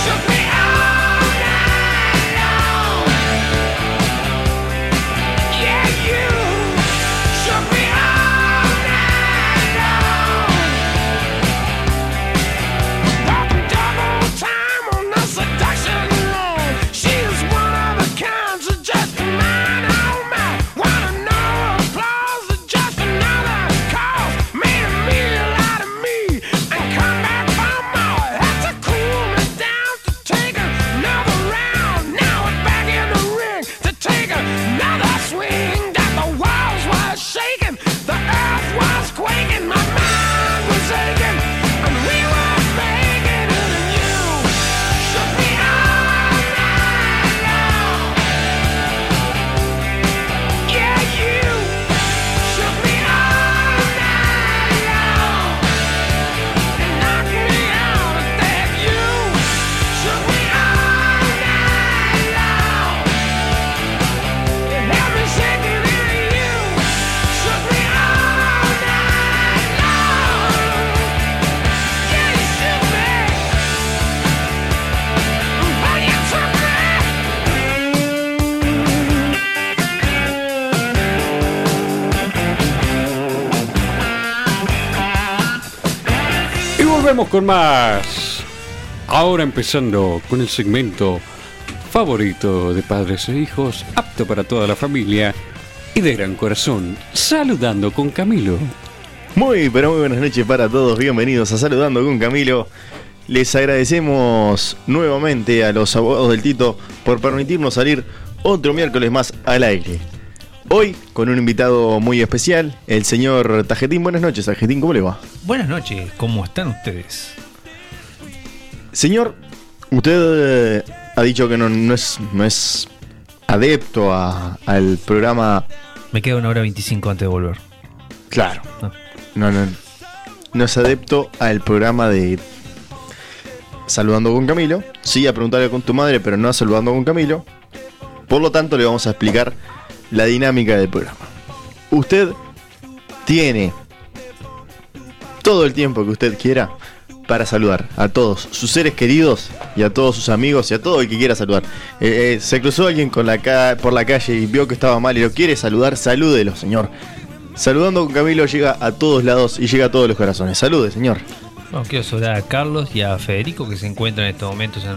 Speaker 5: shook me all night long. Yeah, you shook me all night long. oh Shaking, the earth was quaking, my mind was aching, and we were making it, and you shook me all night long. Yeah, you shook me all night long and knocked me out of that. You shook me all night long. And every second in you shook me all night long. Yeah, you shook me, but you took me.
Speaker 3: Y volvemos con más. Ahora empezando con el segmento favorito de padres e hijos, apto para toda la familia y de gran corazón, saludando con Camilo.
Speaker 1: Muy, pero muy buenas noches para todos. Bienvenidos a Saludando con Camilo. Les agradecemos nuevamente a los abogados del Tito por permitirnos salir otro miércoles más al aire. Hoy con un invitado muy especial, el señor Tajetín. Buenas noches, Tajetín, ¿cómo le va?
Speaker 2: Buenas noches, ¿cómo están ustedes?
Speaker 1: Señor, usted eh, ha dicho que no, no es, no es adepto a- al programa.
Speaker 2: Me queda una hora 25 antes de volver.
Speaker 1: Claro.
Speaker 2: Ah.
Speaker 1: No, no. No es adepto al programa de Saludando con Camilo. Sí, a preguntarle con tu madre, pero no a Saludando con Camilo. Por lo tanto, le vamos a explicar la dinámica del programa. Usted tiene todo el tiempo que usted quiera para saludar a todos sus seres queridos y a todos sus amigos y a todo el que quiera saludar. Eh, eh, se cruzó alguien con la ca- por la calle y vio que estaba mal y lo quiere saludar, salúdelo, señor. Saludando con Camilo llega a todos lados y llega a todos los corazones. Salude, señor.
Speaker 2: Bueno, quiero saludar a Carlos y a Federico que se encuentran en estos momentos en,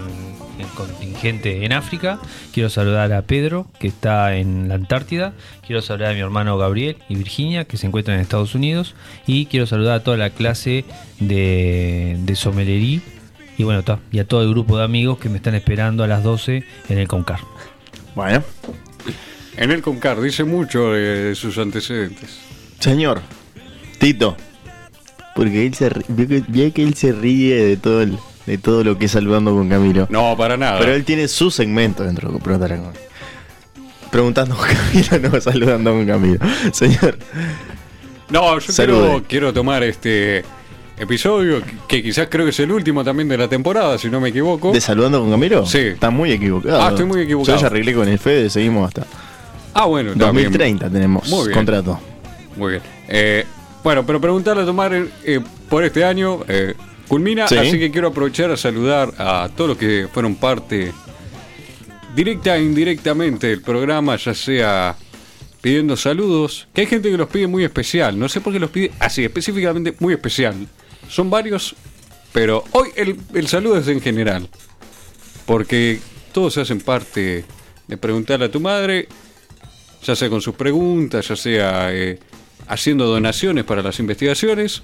Speaker 2: en contingente en África. Quiero saludar a Pedro que está en la Antártida. Quiero saludar a mi hermano Gabriel y Virginia que se encuentran en Estados Unidos. Y quiero saludar a toda la clase de, de somelerí. Y bueno, ta, y a todo el grupo de amigos que me están esperando a las 12 en el Concar.
Speaker 1: Bueno.
Speaker 3: En el Concar dice mucho de, de sus antecedentes.
Speaker 1: Señor. Tito. Porque él se ri- vio que, vio que él se ríe de todo, el- de todo lo que es Saludando con Camilo.
Speaker 3: No, para nada.
Speaker 1: Pero él tiene su segmento dentro de Preguntar a Camilo. preguntando a un camino, no, saludando a un camino. Señor,
Speaker 3: No, yo
Speaker 1: Salude.
Speaker 3: quiero, quiero tomar este episodio, que quizás creo que es el último también de la temporada, si no me equivoco.
Speaker 1: ¿de saludando con Camilo?
Speaker 3: Sí.
Speaker 1: Está muy equivocado.
Speaker 3: Ah, estoy muy equivocado.
Speaker 1: Yo ya arreglé con el Fede, seguimos hasta
Speaker 3: Ah, bueno, está bien.
Speaker 1: 2030 tenemos
Speaker 3: Muy bien.
Speaker 1: contrato.
Speaker 3: Muy bien. Eh, bueno, pero preguntarle a Tomar eh, por este año eh, culmina,
Speaker 1: Sí.
Speaker 3: así que quiero aprovechar a saludar a todos los que fueron parte directa e indirectamente del programa, ya sea pidiendo saludos, que hay gente que los pide muy especial, no sé por qué los pide así, específicamente muy especial. Son varios, pero hoy el, el saludo es en general, porque todos hacen parte de preguntarle a tu madre, ya sea con sus preguntas, ya sea eh, haciendo donaciones para las investigaciones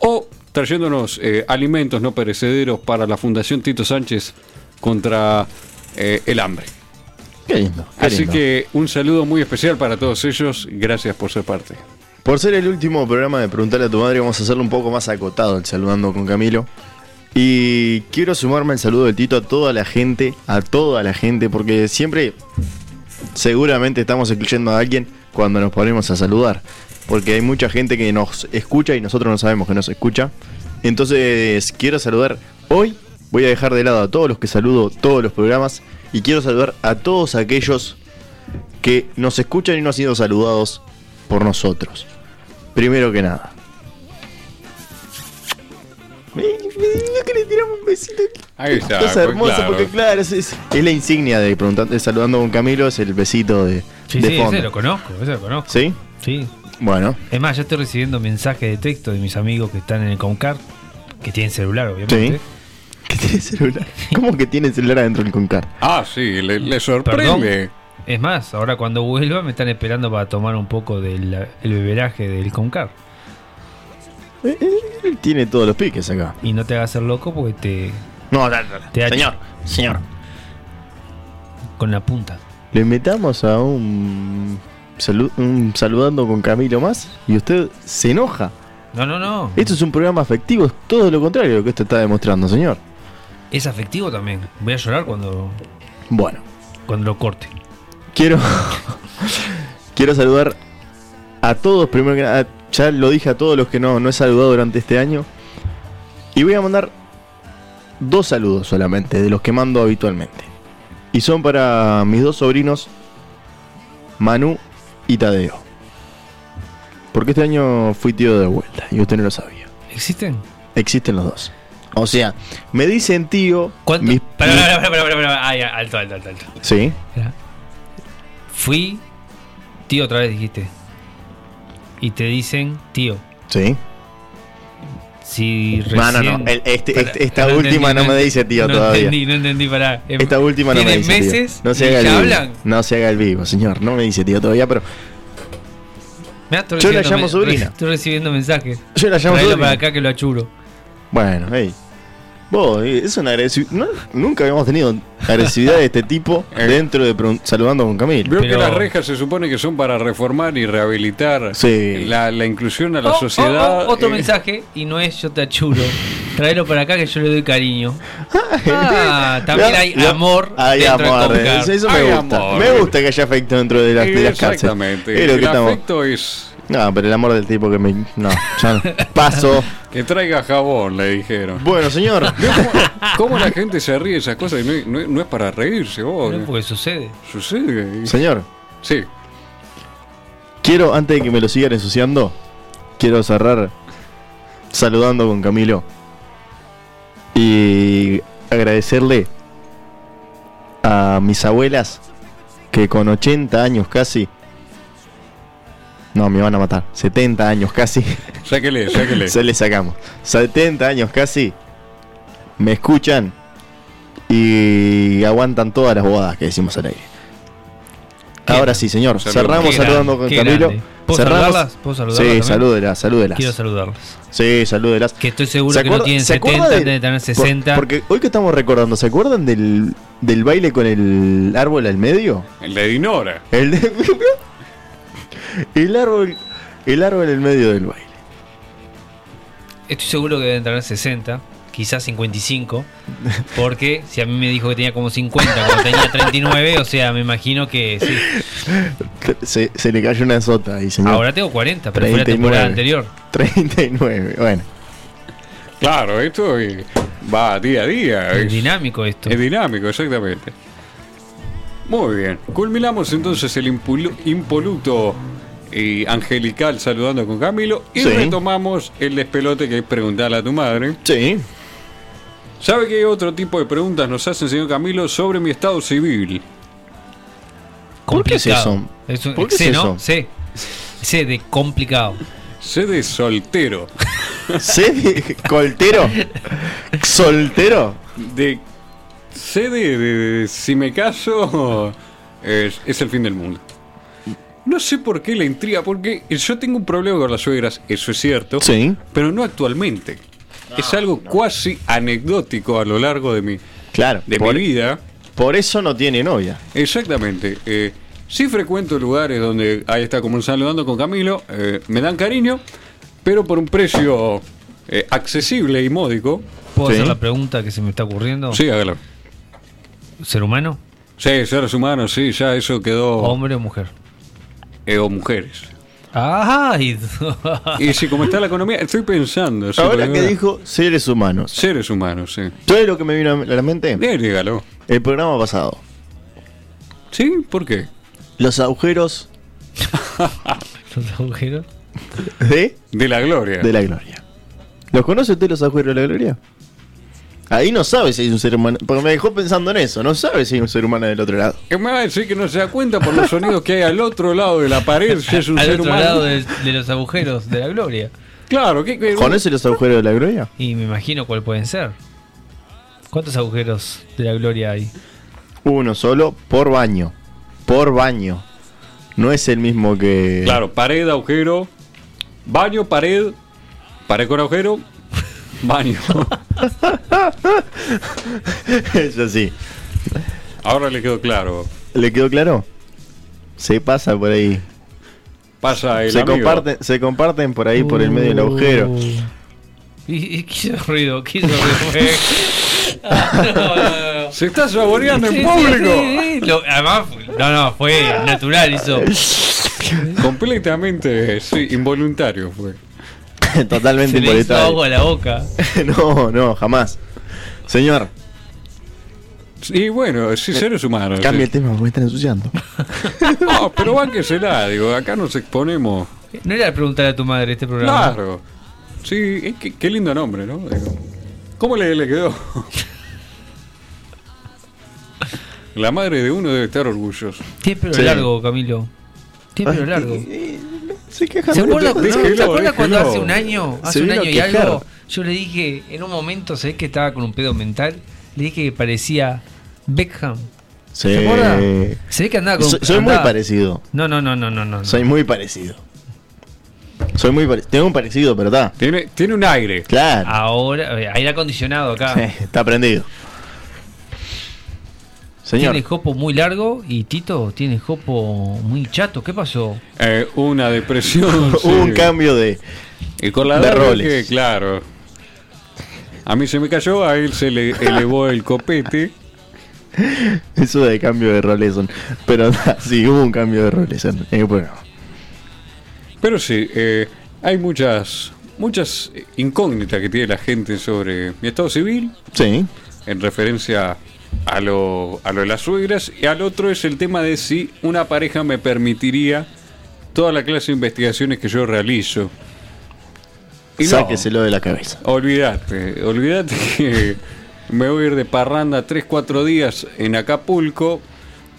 Speaker 3: o trayéndonos eh, alimentos no perecederos para la Fundación Tito Sánchez contra eh, el hambre.
Speaker 1: Qué lindo. qué
Speaker 3: Así
Speaker 1: lindo.
Speaker 3: que un saludo muy especial para todos ellos. Gracias por ser parte.
Speaker 1: Por ser el último programa de Preguntarle a tu madre, vamos a hacerlo un poco más acotado el saludando con Camilo. Y quiero sumarme el saludo de Tito a toda la gente, a toda la gente, porque siempre seguramente estamos excluyendo a alguien cuando nos ponemos a saludar. Porque hay mucha gente que nos escucha y nosotros no sabemos que nos escucha. Entonces, quiero saludar hoy. Voy a dejar de lado a todos los que saludo todos los programas. Y quiero saludar a todos aquellos que nos escuchan y no han sido saludados por nosotros. Primero que nada. Me- me- No que le tiramos un besito.
Speaker 3: Ahí está,
Speaker 1: Cosa
Speaker 3: pues,
Speaker 1: hermosa,
Speaker 3: claro.
Speaker 1: porque claro, es, es- es la insignia de preguntando, saludando con Camilo, es el besito de,
Speaker 2: Sí,
Speaker 1: de
Speaker 2: sí,
Speaker 1: fondo.
Speaker 2: ese lo conozco, ese lo conozco.
Speaker 1: ¿Sí?
Speaker 2: Sí.
Speaker 1: Bueno,
Speaker 2: Es más, ya estoy recibiendo mensajes de texto de mis amigos que están en el Concar, que tienen celular, obviamente.
Speaker 1: Sí. ¿qué tiene celular? ¿Cómo que tiene celular adentro del Concar?
Speaker 3: Ah, sí, le, le
Speaker 2: Perdón.
Speaker 3: sorprende.
Speaker 2: Es más, ahora cuando vuelva me están esperando para tomar un poco del el beberaje del Concar.
Speaker 1: Eh, eh, Tiene todos los piques acá.
Speaker 2: Y no te hagas ser loco porque te.
Speaker 1: No, no, no,
Speaker 2: Te ha-
Speaker 1: señor, señor.
Speaker 2: con la punta.
Speaker 1: Le metamos a un, salu- un saludando con Camilo más y usted se enoja.
Speaker 2: No, no, no.
Speaker 1: Esto es un programa afectivo, es todo lo contrario de lo que usted está demostrando, señor.
Speaker 2: Es afectivo también. Voy a llorar cuando,
Speaker 1: Bueno,
Speaker 2: cuando lo corte.
Speaker 1: quiero quiero saludar a todos, primero que nada, ya lo dije a todos los que no, no he saludado durante este año. Y voy a mandar dos saludos solamente, de los que mando habitualmente. Y son para mis dos sobrinos, Manu y Tadeo. Porque este año fui tío de vuelta, y usted no lo sabía.
Speaker 2: ¿Existen?
Speaker 1: Existen los dos. O sea, me dicen tío.
Speaker 2: ¿Cuánto?
Speaker 1: mis-
Speaker 2: Pará, pará, pará, pará, pará, pará. Ay, alto, alto, alto, alto.
Speaker 1: Sí.
Speaker 2: Esperá. Fui tío otra vez, dijiste. Y te dicen tío.
Speaker 1: Sí.
Speaker 2: Si
Speaker 1: No, no,
Speaker 2: recién...
Speaker 1: no. el- este-
Speaker 2: Pará,
Speaker 1: este- esta
Speaker 2: no
Speaker 1: última
Speaker 2: entendí,
Speaker 1: no me
Speaker 2: ent-
Speaker 1: dice tío
Speaker 2: no
Speaker 1: todavía.
Speaker 2: entendí, no entendí, pará. Em-
Speaker 1: Esta última no me
Speaker 2: tienen
Speaker 1: dice tío.
Speaker 2: meses
Speaker 1: No se
Speaker 2: y
Speaker 1: haga el
Speaker 2: ya
Speaker 1: vivo.
Speaker 2: hablan.
Speaker 1: No se haga el vivo, señor. No me dice tío todavía, pero
Speaker 2: Mirá, estoy
Speaker 1: Yo la
Speaker 2: recibiendo
Speaker 1: llamo
Speaker 2: men-
Speaker 1: sobrina.
Speaker 2: Estoy recibiendo mensajes.
Speaker 1: yo la llamo
Speaker 2: Traelo
Speaker 1: sobrina.
Speaker 2: para acá que lo achuro.
Speaker 1: Bueno, hey. Vos, eh, es una agresividad. nunca habíamos tenido agresividad de este tipo
Speaker 2: Eh.
Speaker 1: dentro de pregun- saludando con Camilo.
Speaker 3: Veo
Speaker 2: Pero-
Speaker 3: que las rejas se supone que son para reformar y rehabilitar
Speaker 1: Sí.
Speaker 3: la, la inclusión a la
Speaker 2: Oh, oh,
Speaker 3: sociedad.
Speaker 2: oh, otro
Speaker 3: eh,
Speaker 2: mensaje y no es yo te achuro. Traelo para acá que yo le doy cariño. Ah, también hay
Speaker 1: Ya-
Speaker 2: amor.
Speaker 1: Hay
Speaker 2: dentro de
Speaker 1: amor.
Speaker 2: Concar.
Speaker 1: eh, Eso me
Speaker 3: Hay
Speaker 1: gusta.
Speaker 3: amor.
Speaker 1: Me gusta que haya afecto dentro de las, de las cárceles.
Speaker 3: Exactamente.
Speaker 1: Es lo que
Speaker 3: el
Speaker 1: estamos-
Speaker 3: afecto es
Speaker 1: No, pero el amor del tipo que me. No, ya no. Paso.
Speaker 3: que traiga jabón, le dijeron.
Speaker 1: Bueno, señor.
Speaker 3: ¿Cómo la gente se ríe de esas cosas? Y No, no- no es para reírse, vos.
Speaker 2: No, porque sucede.
Speaker 3: Sucede.
Speaker 1: señor,
Speaker 3: Sí.
Speaker 1: quiero, antes de que me lo sigan ensuciando, quiero cerrar saludando con Camilo. Y agradecerle a mis abuelas que con 80 años casi. No, me van a matar. 70 años casi.
Speaker 3: Sáquele, sáquele.
Speaker 1: Se le sacamos. 70 años casi. Me escuchan. Y aguantan todas las bobadas que decimos al aire.
Speaker 2: Qué
Speaker 1: Ahora
Speaker 2: grande.
Speaker 1: sí, señor.
Speaker 3: Saludos.
Speaker 1: Cerramos
Speaker 2: Qué
Speaker 1: saludando
Speaker 2: grande,
Speaker 1: con
Speaker 2: qué
Speaker 1: Camilo.
Speaker 2: grande. ¿Puedo saludarlas? ¿Puedo saludarlas
Speaker 1: Sí,
Speaker 2: también?
Speaker 1: salúdelas, salúdelas.
Speaker 2: Quiero saludarlos.
Speaker 1: Sí, salúdelas.
Speaker 2: Que estoy seguro que no
Speaker 1: acuerda-
Speaker 2: tienen
Speaker 1: se
Speaker 2: 70,
Speaker 1: acuerda de-
Speaker 2: deben tener
Speaker 1: por-
Speaker 2: 60.
Speaker 1: porque hoy que estamos recordando, ¿se acuerdan del, del baile con el árbol al medio?
Speaker 3: El de Dinora.
Speaker 1: El, de- el árbol el árbol en el medio del baile.
Speaker 2: Estoy seguro que deben tener 60. quizás 55, porque si a mí me dijo que tenía como 50 cuando tenía 39, o sea, me imagino que sí.
Speaker 1: Se, se le cayó una sota ahí, señor.
Speaker 2: Ahora tengo 40, pero fue la temporada anterior.
Speaker 1: 39, bueno.
Speaker 3: Claro, esto eh, va día a día.
Speaker 2: Es
Speaker 3: es-
Speaker 2: dinámico esto.
Speaker 3: Es dinámico, exactamente. Muy bien. Culminamos entonces el impulu- impoluto y angelical saludando con Camilo y
Speaker 1: Sí.
Speaker 3: retomamos el despelote que es preguntarle a tu madre.
Speaker 1: Sí.
Speaker 3: ¿Sabe qué otro tipo de preguntas nos hace el señor Camilo sobre mi estado civil?
Speaker 1: ¿Por qué es eso?
Speaker 2: Complicado. Es un-
Speaker 1: ¿Por qué es
Speaker 2: sé, ¿no?
Speaker 1: eso?
Speaker 2: Sé. Sé de complicado.
Speaker 3: Sé de soltero,
Speaker 1: ¿Sí? de- ¿Coltero? ¿Soltero?
Speaker 3: de sé de, de- de- si me caso es, es el fin del mundo. No sé por qué la intriga, porque yo tengo un problema con las suegras, eso es cierto.
Speaker 1: Sí.
Speaker 3: pero no actualmente. es algo cuasi anecdótico a lo largo de mi,
Speaker 1: Claro.
Speaker 3: de
Speaker 1: por,
Speaker 3: mi vida.
Speaker 1: por eso no tiene novia.
Speaker 3: Exactamente. eh, sí frecuento lugares donde ahí está como un saludando con Camilo, eh, me dan cariño, pero por un precio eh, accesible y módico.
Speaker 2: ¿Puedo
Speaker 1: Sí.
Speaker 2: hacer la pregunta que se me está
Speaker 1: Oh.
Speaker 2: ocurriendo?
Speaker 3: Sí, hágalo.
Speaker 2: ¿Ser humano?
Speaker 3: Sí, seres humanos, sí, ya eso
Speaker 1: Oh.
Speaker 3: quedó.
Speaker 2: ¿Hombre o mujer?
Speaker 3: eh, o mujeres.
Speaker 2: ¡Ay!
Speaker 3: Y si como está la economía, estoy pensando. sí,
Speaker 1: Ahora
Speaker 3: porque
Speaker 1: que
Speaker 3: ahora-
Speaker 1: dijo seres humanos.
Speaker 3: Seres humanos, sí. Eh,
Speaker 1: ¿Sabes lo que me vino a la mente?
Speaker 3: Dígalo.
Speaker 1: El programa pasado.
Speaker 3: ¿Sí? ¿Por qué?
Speaker 1: Los agujeros
Speaker 2: ¿Los agujeros?
Speaker 1: de,
Speaker 3: De la gloria.
Speaker 1: de la gloria. ¿Los conoce usted los agujeros de la gloria? Ahí no sabe si hay un ser humano. Porque me dejó pensando en eso. No sabe si hay un ser humano del otro lado.
Speaker 3: Que me va a decir que no se da cuenta por los sonidos que hay al otro lado de la pared, si es un
Speaker 2: Al
Speaker 3: ser
Speaker 2: otro
Speaker 3: humano.
Speaker 2: lado del- de, los agujeros de la gloria.
Speaker 3: Claro, que, que-
Speaker 1: ¿Conoce los agujeros de la gloria?
Speaker 2: Y me imagino cuál pueden ser. ¿Cuántos agujeros de la gloria hay?
Speaker 1: Uno solo por baño. Por baño. No es el mismo que.
Speaker 3: claro, pared, agujero, baño, pared, pared con agujero, baño.
Speaker 1: es así.
Speaker 3: Ahora le quedó claro.
Speaker 1: ¿Le quedó claro? Se pasa por ahí.
Speaker 3: Pasa el
Speaker 1: Se
Speaker 3: amigo.
Speaker 1: comparten, se comparten por ahí, por el medio del
Speaker 2: Uh.
Speaker 1: agujero.
Speaker 2: Y, y quiso ruido, quiso ruido. Ah, no, no, no.
Speaker 3: Se está saboreando
Speaker 2: Sí,
Speaker 3: en
Speaker 2: sí,
Speaker 3: público.
Speaker 2: sí, sí. Lo- además, no, no, fue
Speaker 1: Ah.
Speaker 2: natural hizo.
Speaker 3: Completamente, sí, involuntario fue.
Speaker 1: Totalmente
Speaker 2: Se le hizo
Speaker 1: involuntario.
Speaker 2: agua a la boca.
Speaker 1: no, no, jamás. Señor,
Speaker 3: Y bueno, sí, seres humanos. sí.
Speaker 1: cambia el tema porque me están ensuciando.
Speaker 3: No, pero bánquesela, digo, acá nos exponemos.
Speaker 2: No era preguntar a tu madre este programa.
Speaker 3: Claro. Sí, eh, qué, qué lindo nombre, ¿no? Digo, ¿Cómo le, le quedó? La madre de uno debe estar orgullosa.
Speaker 2: Tiene pelo
Speaker 1: Sí. Ah,
Speaker 2: largo, Camilo. Tiene pelo largo.
Speaker 1: Se queja
Speaker 2: ¿Se acuerda,
Speaker 1: boludo.
Speaker 2: ¿se
Speaker 3: déjelo,
Speaker 2: acuerda cuando
Speaker 3: déjelo.
Speaker 2: hace un año,
Speaker 1: Se
Speaker 2: hace un
Speaker 1: vino a
Speaker 2: año y
Speaker 1: quejar.
Speaker 2: algo, yo le dije, en un momento, sé que estaba con un pedo mental, le dije que parecía Beckham.
Speaker 1: Sí.
Speaker 2: ¿Se acuerda? Se ve que andaba con.
Speaker 1: So- soy muy
Speaker 2: andaba-
Speaker 1: parecido.
Speaker 2: No, no, no, no, no, no.
Speaker 1: Soy muy parecido. Soy muy parecido. Tengo un parecido, pero está.
Speaker 3: Tiene, tiene un aire.
Speaker 1: Claro. eh,
Speaker 2: Ahora, eh, aire acondicionado acá.
Speaker 1: Está prendido. Señor.
Speaker 2: Tiene jopo muy largo y Tito tiene jopo muy chato. ¿Qué pasó?
Speaker 3: eh, una depresión. sí.
Speaker 1: Hubo un cambio de.
Speaker 3: Y con la
Speaker 1: de
Speaker 3: edad
Speaker 1: roles.
Speaker 3: que, claro. A mí se me cayó, a él se le elevó el copete.
Speaker 1: Eso de cambio de roles son. Pero ta, sí, hubo un cambio de roles en, en el programa.
Speaker 3: Pero sí, eh, hay muchas, muchas incógnitas que tiene la gente sobre mi estado civil,
Speaker 1: Sí.
Speaker 3: en referencia a lo, a lo de las suegras, y al otro es el tema de si una pareja me permitiría toda la clase de investigaciones que yo realizo. Y no,
Speaker 1: Sáqueselo de la cabeza.
Speaker 3: olvídate, olvídate que me voy a ir de parranda 3-4 días en Acapulco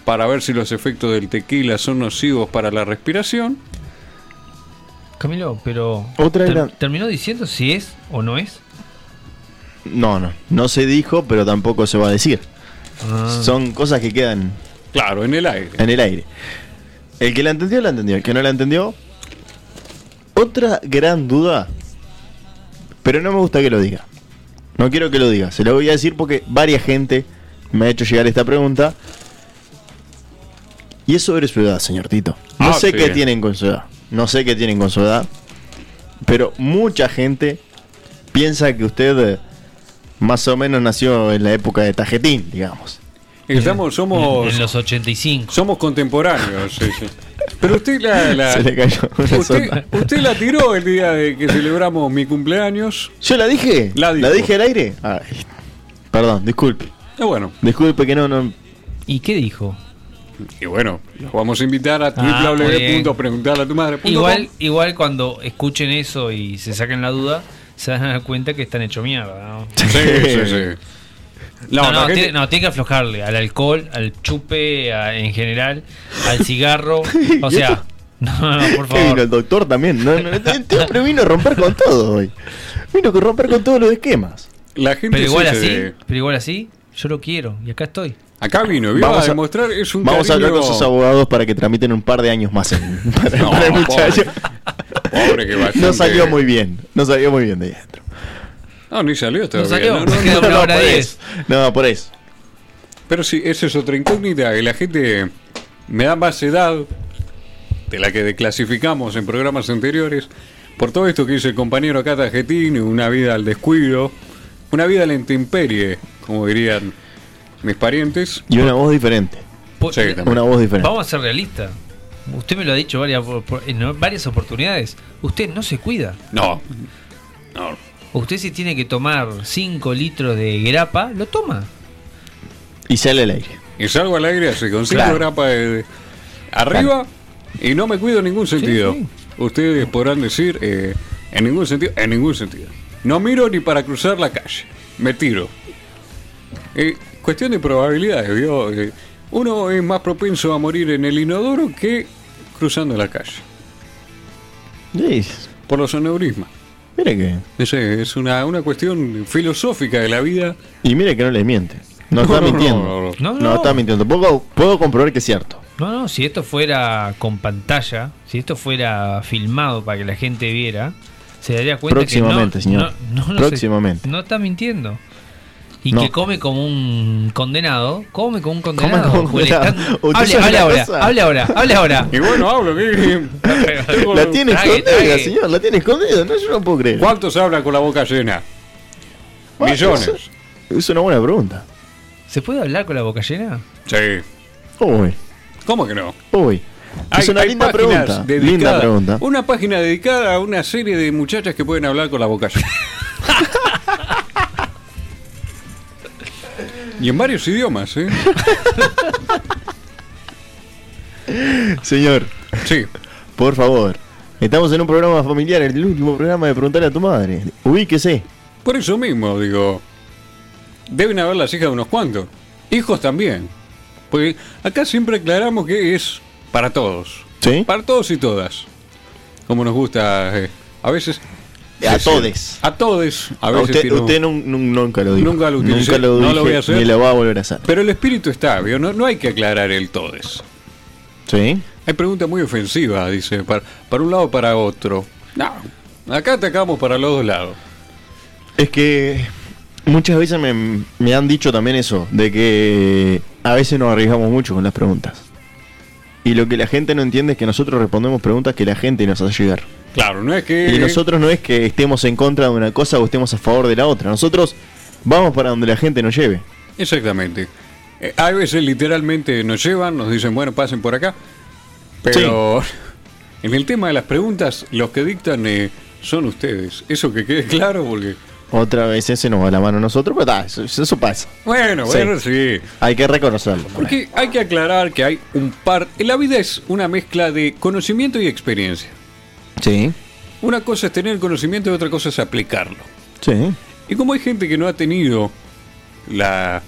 Speaker 3: para ver si los efectos del tequila son nocivos para la respiración.
Speaker 2: Camilo, pero.
Speaker 1: Otra
Speaker 2: ter-
Speaker 1: gran-
Speaker 2: ¿Terminó diciendo si es o no es?
Speaker 1: No, no. No se dijo, pero tampoco se va a decir.
Speaker 2: Ah,
Speaker 1: Son cosas que quedan
Speaker 3: Claro, en el aire.
Speaker 1: en el aire. El que la entendió, la entendió. El que no la entendió. Otra gran duda. Pero no me gusta que lo diga. No quiero que lo diga. Se lo voy a decir porque varias gente me ha hecho llegar esta pregunta. Y es sobre su edad, señor Tito. No
Speaker 3: Ah,
Speaker 1: sé
Speaker 3: sí.
Speaker 1: qué tienen con su edad. No sé qué tienen con su edad. Pero mucha gente piensa que usted eh, más o menos nació en la época de Tajetín, digamos.
Speaker 3: Estamos, somos,
Speaker 2: En, en los 85.
Speaker 3: somos contemporáneos. sí, sí. Pero usted la, la-
Speaker 1: Se le cayó una
Speaker 3: usted,
Speaker 1: sopa.
Speaker 3: usted la tiró el día de que celebramos mi cumpleaños.
Speaker 1: ¿Yo la dije?
Speaker 3: La dijo.
Speaker 1: dije al aire? Ay, perdón, disculpe.
Speaker 3: Y Ah, bueno,
Speaker 1: Disculpe que no, no.
Speaker 2: ¿Y qué dijo?
Speaker 3: y bueno, los vamos a invitar a
Speaker 2: Ah, muy bien.
Speaker 3: www.preguntarlatumadre.com.
Speaker 2: Igual, igual cuando escuchen eso y se saquen la duda, se dan a dar cuenta que están hecho mierda. ¿no?
Speaker 3: Sí, sí, sí. No,
Speaker 2: No,
Speaker 3: la
Speaker 2: no,
Speaker 3: gente-
Speaker 2: tiene, no, tiene que aflojarle al alcohol, al chupe, a- en general, al cigarro. O
Speaker 1: ¿Y
Speaker 2: sea,
Speaker 1: esto?
Speaker 2: no, no, por
Speaker 1: Que vino el
Speaker 2: favor.
Speaker 1: doctor también. No, no, el tío, pero vino a romper con todo hoy. Vino a romper con todos los esquemas.
Speaker 3: la gente
Speaker 2: Pero igual
Speaker 3: sí
Speaker 2: así,
Speaker 3: se-
Speaker 2: pero igual así, yo lo quiero y acá estoy.
Speaker 3: Acá vino, vino
Speaker 1: Vamos
Speaker 3: a
Speaker 1: a-
Speaker 3: demostrar es un
Speaker 1: Vamos a hablar con
Speaker 3: cariño-
Speaker 1: sus abogados para que tramiten un par de años más en- para,
Speaker 3: No,
Speaker 1: para el muchacho.
Speaker 3: Pobre, Pobre que bastante-
Speaker 1: No salió muy bien. No salió muy bien de ahí adentro.
Speaker 3: No, ni salió todavía.
Speaker 2: salió.
Speaker 3: no, no, no.
Speaker 2: Quedó una hora
Speaker 1: por
Speaker 2: diez.
Speaker 1: eso. No, por eso.
Speaker 3: Pero sí, esa es otra incógnita. Y la gente me da más edad de la que clasificamos en programas anteriores. Por todo esto que dice el compañero acá Tajetín, una vida al descuido, una vida a la intemperie, como dirían mis parientes.
Speaker 1: Y una voz diferente.
Speaker 2: Po-
Speaker 3: Sí, también.
Speaker 1: Una voz diferente.
Speaker 2: Vamos a ser realistas. Usted me lo ha dicho varias, por- por- en varias oportunidades. Usted no se cuida.
Speaker 3: No. No.
Speaker 2: Usted si tiene que tomar 5 litros de grapa, lo toma.
Speaker 1: Y sale al aire.
Speaker 3: Y salgo al aire así, con cinco
Speaker 1: Claro.
Speaker 3: grapas de- de- arriba y no me cuido en ningún sentido. Ustedes podrán decir, eh, en ningún sentido, en ningún sentido. No miro ni para cruzar la calle, me tiro. Eh, cuestión de probabilidades, ¿vio? Eh, uno es más propenso a morir en el inodoro que cruzando la calle,
Speaker 1: Sí,
Speaker 3: por los aneurismas.
Speaker 1: mire que.
Speaker 3: No sé, es una, una cuestión filosófica de la vida.
Speaker 1: Y mire que no les miente. No,
Speaker 3: No,
Speaker 1: está
Speaker 3: no, no,
Speaker 1: mintiendo.
Speaker 3: no,
Speaker 1: No,
Speaker 3: no.
Speaker 2: No, no.
Speaker 1: está mintiendo. Puedo, puedo comprobar que es cierto.
Speaker 2: No, no, si esto fuera con pantalla, si esto fuera filmado para que la gente viera, se daría cuenta
Speaker 1: Próximamente,
Speaker 2: que no,
Speaker 1: señor.
Speaker 2: no- no, no
Speaker 1: Próximamente.
Speaker 2: se- no está mintiendo. Y
Speaker 1: No.
Speaker 2: que come como un condenado, come como un condenado.
Speaker 1: como un
Speaker 2: o le están-
Speaker 1: condenado. ¿Usted
Speaker 2: Hable,
Speaker 1: sabe
Speaker 2: hable
Speaker 1: una
Speaker 2: ahora,
Speaker 1: cosa?
Speaker 2: hable ahora, hable ahora.
Speaker 3: Y bueno, hablo, ¿qué? Tengo-
Speaker 1: La tiene
Speaker 2: trague,
Speaker 1: escondida,
Speaker 2: trague.
Speaker 1: señor. La tiene escondida. No, yo no puedo creer.
Speaker 3: ¿Cuántos hablan con la boca llena?
Speaker 1: Ah,
Speaker 3: Millones.
Speaker 1: eso- Es una buena pregunta.
Speaker 2: ¿Se puede hablar con la boca llena?
Speaker 3: Sí.
Speaker 1: Uy,
Speaker 3: ¿Cómo que no?
Speaker 1: uy. Es una linda
Speaker 3: páginas
Speaker 1: pregunta.
Speaker 3: dedicadas-
Speaker 1: Linda pregunta.
Speaker 3: Una página dedicada a una serie de muchachas que pueden hablar con la boca llena. y en varios idiomas, ¿eh?
Speaker 1: Señor,
Speaker 3: Sí.
Speaker 1: por favor. Estamos en un programa familiar, el último programa de preguntarle a tu madre. Ubíquese.
Speaker 3: Por eso mismo, digo. Deben haber las hijas de unos cuantos. Hijos también. Porque acá siempre aclaramos que es para todos.
Speaker 1: ¿Sí?
Speaker 3: Para todos y todas. Como nos gusta eh, a veces.
Speaker 1: A
Speaker 3: decir.
Speaker 1: todes.
Speaker 3: A todes. A veces
Speaker 1: usted
Speaker 3: tiramos-
Speaker 1: usted nun- nun- nunca lo dijo.
Speaker 3: Nunca lo utilicé,
Speaker 1: Nunca lo
Speaker 3: no
Speaker 1: dije,
Speaker 3: lo voy a hacer.
Speaker 1: Ni lo va a volver a hacer.
Speaker 3: Pero el espíritu está, ¿vio? No, no hay que aclarar el todes.
Speaker 1: ¿Sí?
Speaker 3: Hay preguntas muy ofensivas, dice, para, para un lado para otro. No, acá atacamos para los dos lados.
Speaker 1: Es que muchas veces me, me han dicho también eso, de que a veces nos arriesgamos mucho con las preguntas. Y lo que la gente no entiende es que nosotros respondemos preguntas que la gente nos hace llegar.
Speaker 3: Claro, no es que...
Speaker 1: Y nosotros no es que estemos en contra de una cosa o estemos a favor de la otra. Nosotros vamos para donde la gente nos lleve.
Speaker 3: Exactamente. Eh, hay veces literalmente nos llevan, nos dicen, bueno, pasen por acá. Pero en el tema de las preguntas, los que dictan eh, son ustedes. Eso que quede claro, porque...
Speaker 1: Otra vez ese nos va la mano a nosotros, pero ta, eso, eso pasa.
Speaker 3: Bueno,
Speaker 1: Sí.
Speaker 3: bueno, sí.
Speaker 1: Hay que reconocerlo.
Speaker 3: Porque hay que aclarar que hay un par... La vida es una mezcla de conocimiento y experiencia.
Speaker 1: Sí,
Speaker 3: Una cosa es tener el conocimiento y otra cosa es aplicarlo.
Speaker 1: sí.
Speaker 3: Y como hay gente que no ha tenido la,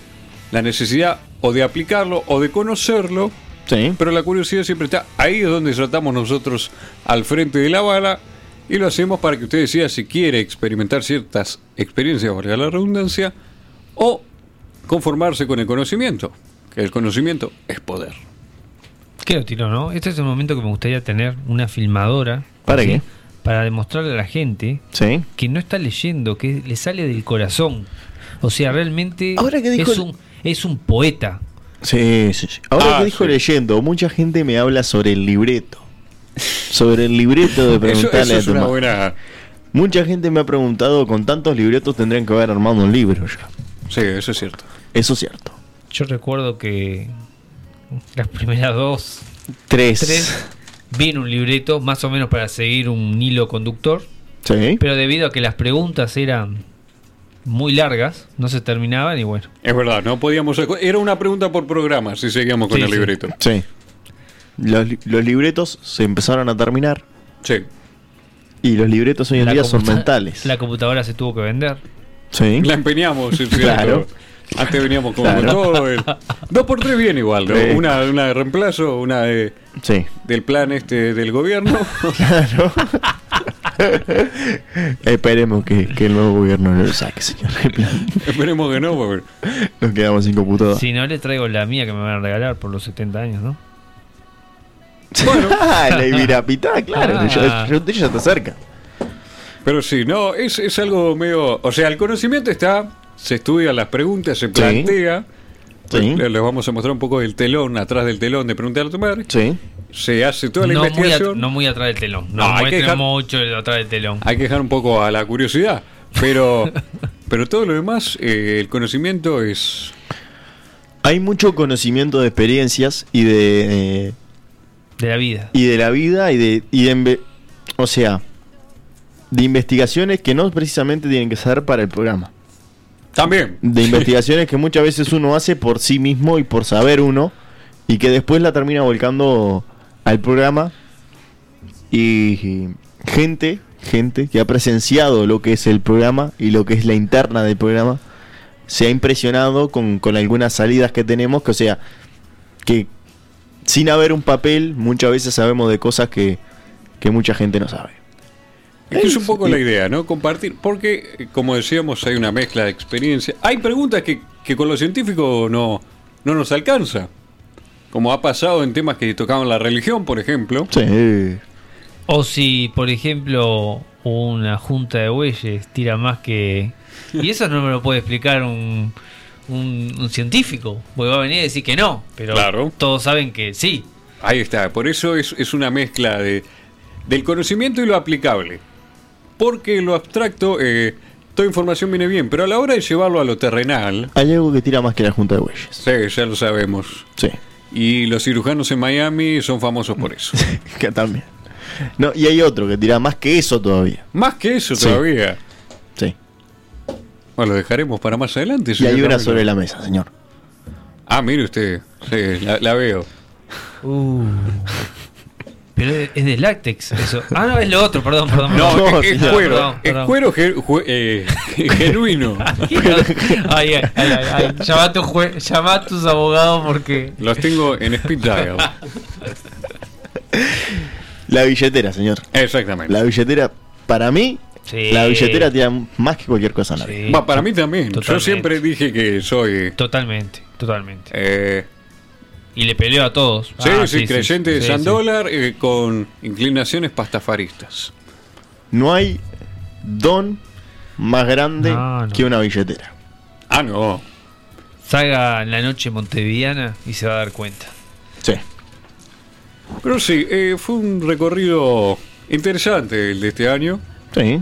Speaker 3: la necesidad o de aplicarlo o de conocerlo,
Speaker 1: Sí.
Speaker 3: pero la curiosidad siempre está ahí es donde tratamos nosotros al frente de la bala y lo hacemos para que usted decida si quiere experimentar ciertas experiencias, valga la redundancia, o conformarse con el conocimiento, que el conocimiento es poder.
Speaker 2: Qué lo tiró, ¿no? Este es el momento que me gustaría tener una filmadora.
Speaker 1: ¿Para qué?
Speaker 2: Para demostrarle a la gente
Speaker 1: Sí.
Speaker 2: que no está leyendo, que le sale del corazón. O sea, realmente
Speaker 1: Ahora que dijo
Speaker 2: es,
Speaker 1: el-
Speaker 2: un, es un poeta.
Speaker 1: Sí, sí, sí. Ahora
Speaker 3: Ah,
Speaker 1: que dijo
Speaker 3: sí.
Speaker 1: leyendo, mucha gente me habla sobre el libreto. Sobre el libreto de
Speaker 3: Eso,
Speaker 1: preguntarle
Speaker 3: eso es
Speaker 1: a tu
Speaker 3: una
Speaker 1: madre.
Speaker 3: buena...
Speaker 1: Mucha gente me ha preguntado, con tantos libretos tendrían que haber armado un libro ya.
Speaker 3: Sí, eso es cierto.
Speaker 1: Eso es cierto.
Speaker 2: Yo recuerdo que las primeras dos,
Speaker 1: Tres.
Speaker 2: tres, viene un libreto más o menos para seguir un hilo conductor.
Speaker 1: Sí.
Speaker 2: Pero debido a que las preguntas eran muy largas, no se terminaban y bueno.
Speaker 3: Es verdad, no podíamos. acu- Era una pregunta por programa si seguíamos con
Speaker 2: Sí,
Speaker 3: el
Speaker 2: sí.
Speaker 3: libreto.
Speaker 1: Sí. Los, li- los libretos se empezaron a terminar
Speaker 3: Sí.
Speaker 1: y los libretos hoy en
Speaker 2: la
Speaker 1: día son
Speaker 2: computa-
Speaker 1: mentales.
Speaker 2: La computadora se tuvo que vender.
Speaker 1: Sí.
Speaker 3: La empeñamos, es cierto.
Speaker 1: Claro.
Speaker 3: Antes veníamos como
Speaker 1: Claro.
Speaker 3: todo. el- Dos por tres bien igual, ¿no?
Speaker 1: Sí.
Speaker 3: Una, una de reemplazo, una de-
Speaker 1: Sí.
Speaker 3: del plan este del gobierno.
Speaker 1: Esperemos que, que el nuevo gobierno no lo saque, señor. En plan,
Speaker 3: Esperemos que no, porque
Speaker 1: Nos quedamos sin computadora.
Speaker 2: Si no, le traigo la mía que me van a regalar por los 70 años, ¿no?
Speaker 1: Ah, la Ibirapitá, claro.
Speaker 2: Ah.
Speaker 1: Ya, ya- ya está cerca.
Speaker 3: Pero sí, no, es, es algo medio. O sea, el conocimiento está, se estudian las preguntas, se plantea.
Speaker 1: Sí.
Speaker 3: Le- Les vamos a mostrar un poco del telón, atrás del telón, de preguntar a tu madre.
Speaker 1: Sí.
Speaker 3: Se hace toda la
Speaker 2: no, muy at-
Speaker 3: investigación.
Speaker 2: no muy atrás del telón. No,
Speaker 3: No, hay que
Speaker 2: muestren
Speaker 3: dejar-
Speaker 2: mucho el- atrás del telón.
Speaker 3: Hay que dejar un poco a la curiosidad. Pero, pero todo lo demás, eh, el conocimiento es.
Speaker 1: Hay mucho conocimiento de experiencias y de. eh,
Speaker 2: De la vida.
Speaker 1: y de la vida y de, y de inve- o sea de investigaciones que no precisamente tienen que ser para el programa
Speaker 3: También.
Speaker 1: de investigaciones que muchas veces uno hace por sí mismo y por saber uno y que después la termina volcando al programa y gente gente que ha presenciado lo que es el programa y lo que es la interna del programa se ha impresionado con, con algunas salidas que tenemos que o sea que sin haber un papel muchas veces sabemos de cosas que, que mucha gente no sabe
Speaker 3: Es que es un poco la idea, ¿no? Compartir, porque eh, como decíamos, hay una mezcla de experiencia. Hay preguntas que, que con lo científico no, no nos alcanza. Como ha pasado en temas que tocaban la religión, por ejemplo.
Speaker 1: sí
Speaker 2: O si, por ejemplo, una junta de bueyes tira más que... Y eso no me lo puede explicar un, un, un científico. Porque va a venir a decir que no. Pero
Speaker 3: Claro.
Speaker 2: todos saben que sí.
Speaker 3: Ahí está, por eso es, es una mezcla de, del conocimiento y lo aplicable. Porque lo abstracto, eh, toda información viene bien, pero a la hora de llevarlo a lo terrenal,
Speaker 1: hay algo que tira más que la junta de bueyes
Speaker 3: sí, ya lo sabemos.
Speaker 1: sí
Speaker 3: Y los cirujanos en Miami son famosos por eso.
Speaker 1: que también. No, y hay otro que tira más que eso todavía.
Speaker 3: Más que eso
Speaker 1: Sí.
Speaker 3: todavía.
Speaker 1: Sí.
Speaker 3: Bueno, lo dejaremos para más adelante.
Speaker 1: Y hay
Speaker 3: señor
Speaker 1: una
Speaker 3: Ramiro.
Speaker 1: sobre la mesa, señor.
Speaker 3: Ah, mire usted. Sí, la, la veo.
Speaker 2: Uh. Pero es, es de látex eso. Ah, no, es lo otro, perdón, perdón.
Speaker 3: No,
Speaker 2: perdón.
Speaker 1: No,
Speaker 3: es, es
Speaker 1: señor.
Speaker 3: cuero.
Speaker 2: Perdón, perdón.
Speaker 3: Es cuero ge- ju- eh, genuino.
Speaker 2: Ay, ay, ay, ay, ay. Llama, a tu jue- llama a tus abogados porque...
Speaker 3: Los tengo en speed dial.
Speaker 1: La billetera, señor.
Speaker 3: Exactamente.
Speaker 1: La billetera, para mí,
Speaker 2: Sí.
Speaker 1: la billetera tira más que cualquier cosa en la vida.
Speaker 2: Sí,
Speaker 3: Va, para mí también. Yo
Speaker 2: Totalmente.
Speaker 3: siempre dije que soy.
Speaker 2: Totalmente, totalmente.
Speaker 3: eh,
Speaker 2: Y le peleo a todos.
Speaker 3: sí,
Speaker 2: Ah,
Speaker 3: soy creyente de
Speaker 2: sí,
Speaker 3: San
Speaker 2: sí.
Speaker 3: Dólar eh, con inclinaciones pastafaristas.
Speaker 1: No hay don más grande
Speaker 2: No, no.
Speaker 1: que una billetera.
Speaker 3: Ah, no.
Speaker 2: Salga en la noche montevideana y se va a dar cuenta.
Speaker 1: Sí.
Speaker 3: Pero sí, eh, fue un recorrido interesante el de este año.
Speaker 1: Sí.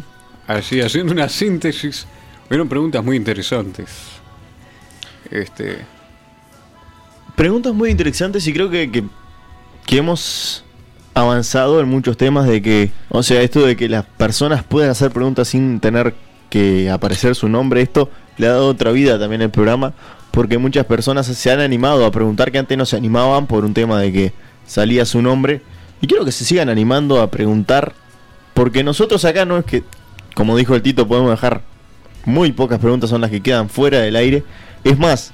Speaker 3: Así, haciendo una síntesis, hubieron preguntas muy interesantes. Este,
Speaker 1: Preguntas muy interesantes y creo que, que, que hemos avanzado en muchos temas de que, o sea, esto de que las personas pueden hacer preguntas sin tener que aparecer su nombre, esto le ha dado otra vida también al programa, porque muchas personas se han animado a preguntar que antes no se animaban por un tema de que salía su nombre, y quiero que se sigan animando a preguntar, porque nosotros acá no es que, como dijo el Tito, podemos dejar muy pocas preguntas son las que quedan fuera del aire, es más,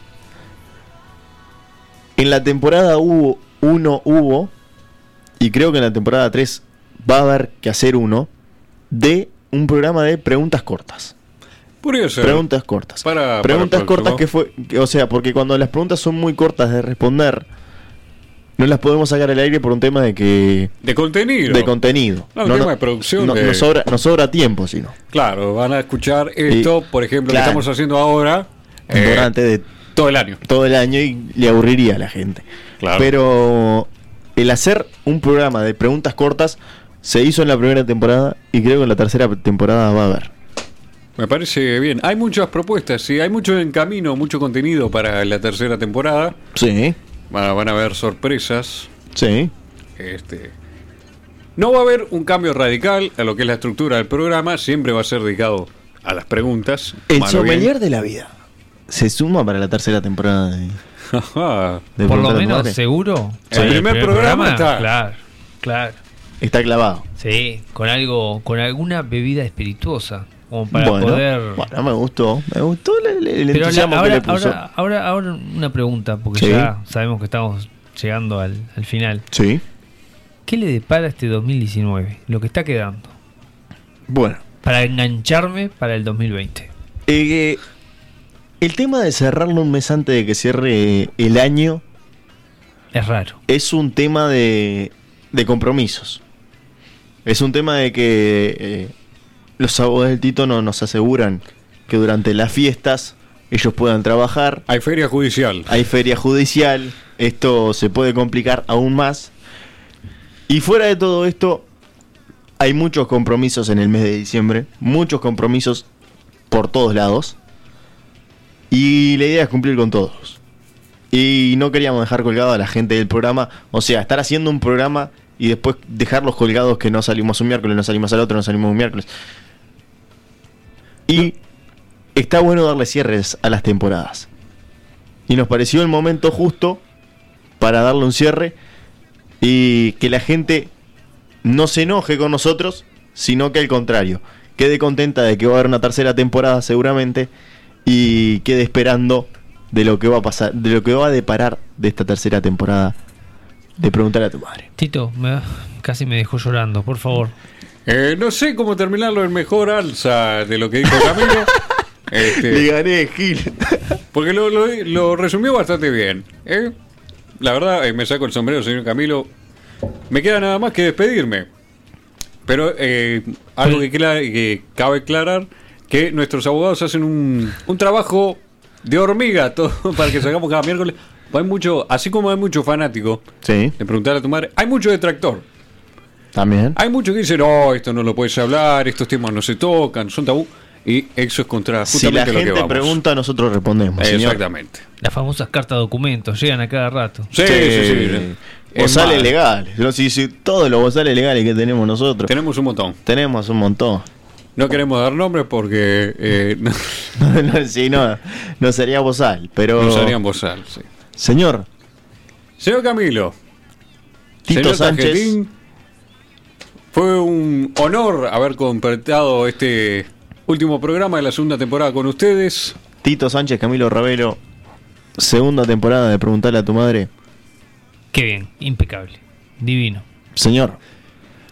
Speaker 1: en la temporada hubo uno hubo y creo que en la temporada 3 va a haber que hacer uno de un programa de preguntas cortas.
Speaker 3: podría ser.
Speaker 1: Preguntas cortas.
Speaker 3: Para- para
Speaker 1: preguntas
Speaker 3: el
Speaker 1: cortas
Speaker 3: próximo.
Speaker 1: que fue que, o sea, porque cuando las preguntas son muy cortas de responder no las podemos sacar al aire por un tema de que
Speaker 3: de contenido.
Speaker 1: de contenido.
Speaker 3: No, un tema de producción
Speaker 1: no-
Speaker 3: de-
Speaker 1: nos sobra nos sobra tiempo, sino
Speaker 3: claro, van a escuchar esto, por ejemplo,
Speaker 1: claro.
Speaker 3: que estamos haciendo ahora eh,
Speaker 1: durante de
Speaker 3: todo el año.
Speaker 1: todo el año y le aburriría a la gente.
Speaker 3: Claro.
Speaker 1: Pero el hacer un programa de preguntas cortas Se hizo en la primera temporada y creo que en la tercera temporada va a haber.
Speaker 3: Me parece bien. Hay muchas propuestas, sí, hay mucho en camino, mucho contenido para la tercera temporada.
Speaker 1: Sí,
Speaker 3: Van a, van a haber sorpresas.
Speaker 1: sí.
Speaker 3: Este. No va a haber un cambio radical a lo que es la estructura del programa, siempre va a ser dedicado a las preguntas.
Speaker 1: El
Speaker 3: Malo bien.
Speaker 1: sommelier de la vida. Se suma para la tercera temporada de, de
Speaker 2: Por
Speaker 3: Ajá.
Speaker 2: lo
Speaker 1: Preguntar a tu
Speaker 2: menos,
Speaker 1: madre.
Speaker 2: seguro.
Speaker 3: El primer programa está.
Speaker 2: Claro, claro.
Speaker 1: Está clavado.
Speaker 2: Sí, con algo, con alguna bebida espirituosa. Como para
Speaker 1: bueno,
Speaker 2: poder.
Speaker 1: bueno, me gustó. Me gustó el, el- el
Speaker 2: Pero la-
Speaker 1: entusiasmo
Speaker 2: ahora,
Speaker 1: que le puso.
Speaker 2: ahora, ahora, ahora una pregunta, porque
Speaker 1: Sí.
Speaker 2: ya sabemos que estamos llegando al, al final.
Speaker 1: Sí.
Speaker 2: ¿Qué le depara este 2019? Lo que está quedando.
Speaker 1: Bueno.
Speaker 2: Para engancharme para el 2020.
Speaker 1: Eh, el tema de cerrarlo un mes antes de que cierre el año
Speaker 2: Es raro.
Speaker 1: es un tema de, de compromisos. Es un tema de que eh, los abogados del Tito no, nos aseguran que durante las fiestas ellos puedan trabajar.
Speaker 3: Hay feria judicial.
Speaker 1: Hay feria judicial. Esto se puede complicar aún más. Y fuera de todo esto, hay muchos compromisos en el mes de diciembre. Muchos compromisos por todos lados. Y la idea es cumplir con todos. Y no queríamos dejar colgado a la gente del programa. O sea, estar haciendo un programa y después dejarlos colgados que no salimos un miércoles, no salimos al otro, no salimos un miércoles. Y está bueno darle cierres a las temporadas. Y nos pareció el momento justo para darle un cierre y que la gente no se enoje con nosotros, sino que al contrario, quede contenta de que va a haber una tercera temporada seguramente y quede esperando de lo que va a pasar, de lo que va a deparar de esta tercera temporada de preguntar a tu madre.
Speaker 2: Tito, me- casi me dejó llorando, por favor.
Speaker 3: Eh, no sé cómo terminarlo en mejor alza de lo que dijo Camilo. Este,
Speaker 1: gané, Gil.
Speaker 3: porque lo, lo- lo resumió bastante bien. ¿eh? La verdad, eh, me saco el sombrero, señor Camilo. Me queda nada más que despedirme. Pero eh, algo que, cla- que cabe aclarar, que nuestros abogados hacen un, un trabajo de hormiga todo para que salgamos cada miércoles. Hay mucho, así como hay mucho fanático
Speaker 1: Sí,
Speaker 3: de preguntar a tu madre, hay mucho detractor.
Speaker 1: también.
Speaker 3: Hay muchos que dicen, no, esto no lo puedes hablar, estos temas no se tocan, son tabú. Y eso es contra
Speaker 1: Si la
Speaker 3: justamente lo que
Speaker 1: gente
Speaker 3: vamos.
Speaker 1: pregunta, nosotros respondemos. señor.
Speaker 3: Exactamente.
Speaker 2: Las famosas cartas documentos llegan a cada rato.
Speaker 3: Sí, sí, sí. sí. Es
Speaker 1: Bozales
Speaker 3: más,
Speaker 1: legales. No, si, si, todos los bozales legales que tenemos nosotros.
Speaker 3: Tenemos un montón.
Speaker 1: tenemos un montón.
Speaker 3: No queremos dar nombres porque eh, no,
Speaker 1: no, si no, no sería bozal, pero...
Speaker 3: nos harían bozal. sí.
Speaker 1: Señor,
Speaker 3: Señor Camilo,
Speaker 1: Tito
Speaker 3: señor
Speaker 1: Sánchez.
Speaker 3: Tarjetín, fue un honor haber completado este último programa de la segunda temporada con ustedes.
Speaker 1: Tito Sánchez, Camilo Ravelo, segunda temporada de Preguntarle a tu madre.
Speaker 2: Qué bien, impecable, divino.
Speaker 1: Señor,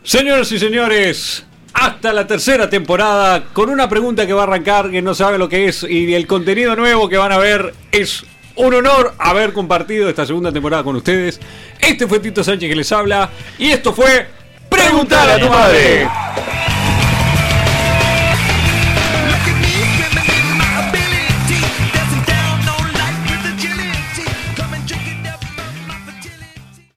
Speaker 3: Señoras y señores, hasta la tercera temporada con una pregunta que va a arrancar que no sabe lo que es y el contenido nuevo que van a ver es un honor haber compartido esta segunda temporada con ustedes. Este fue Tito Sánchez que les habla y esto fue Preguntar a tu madre.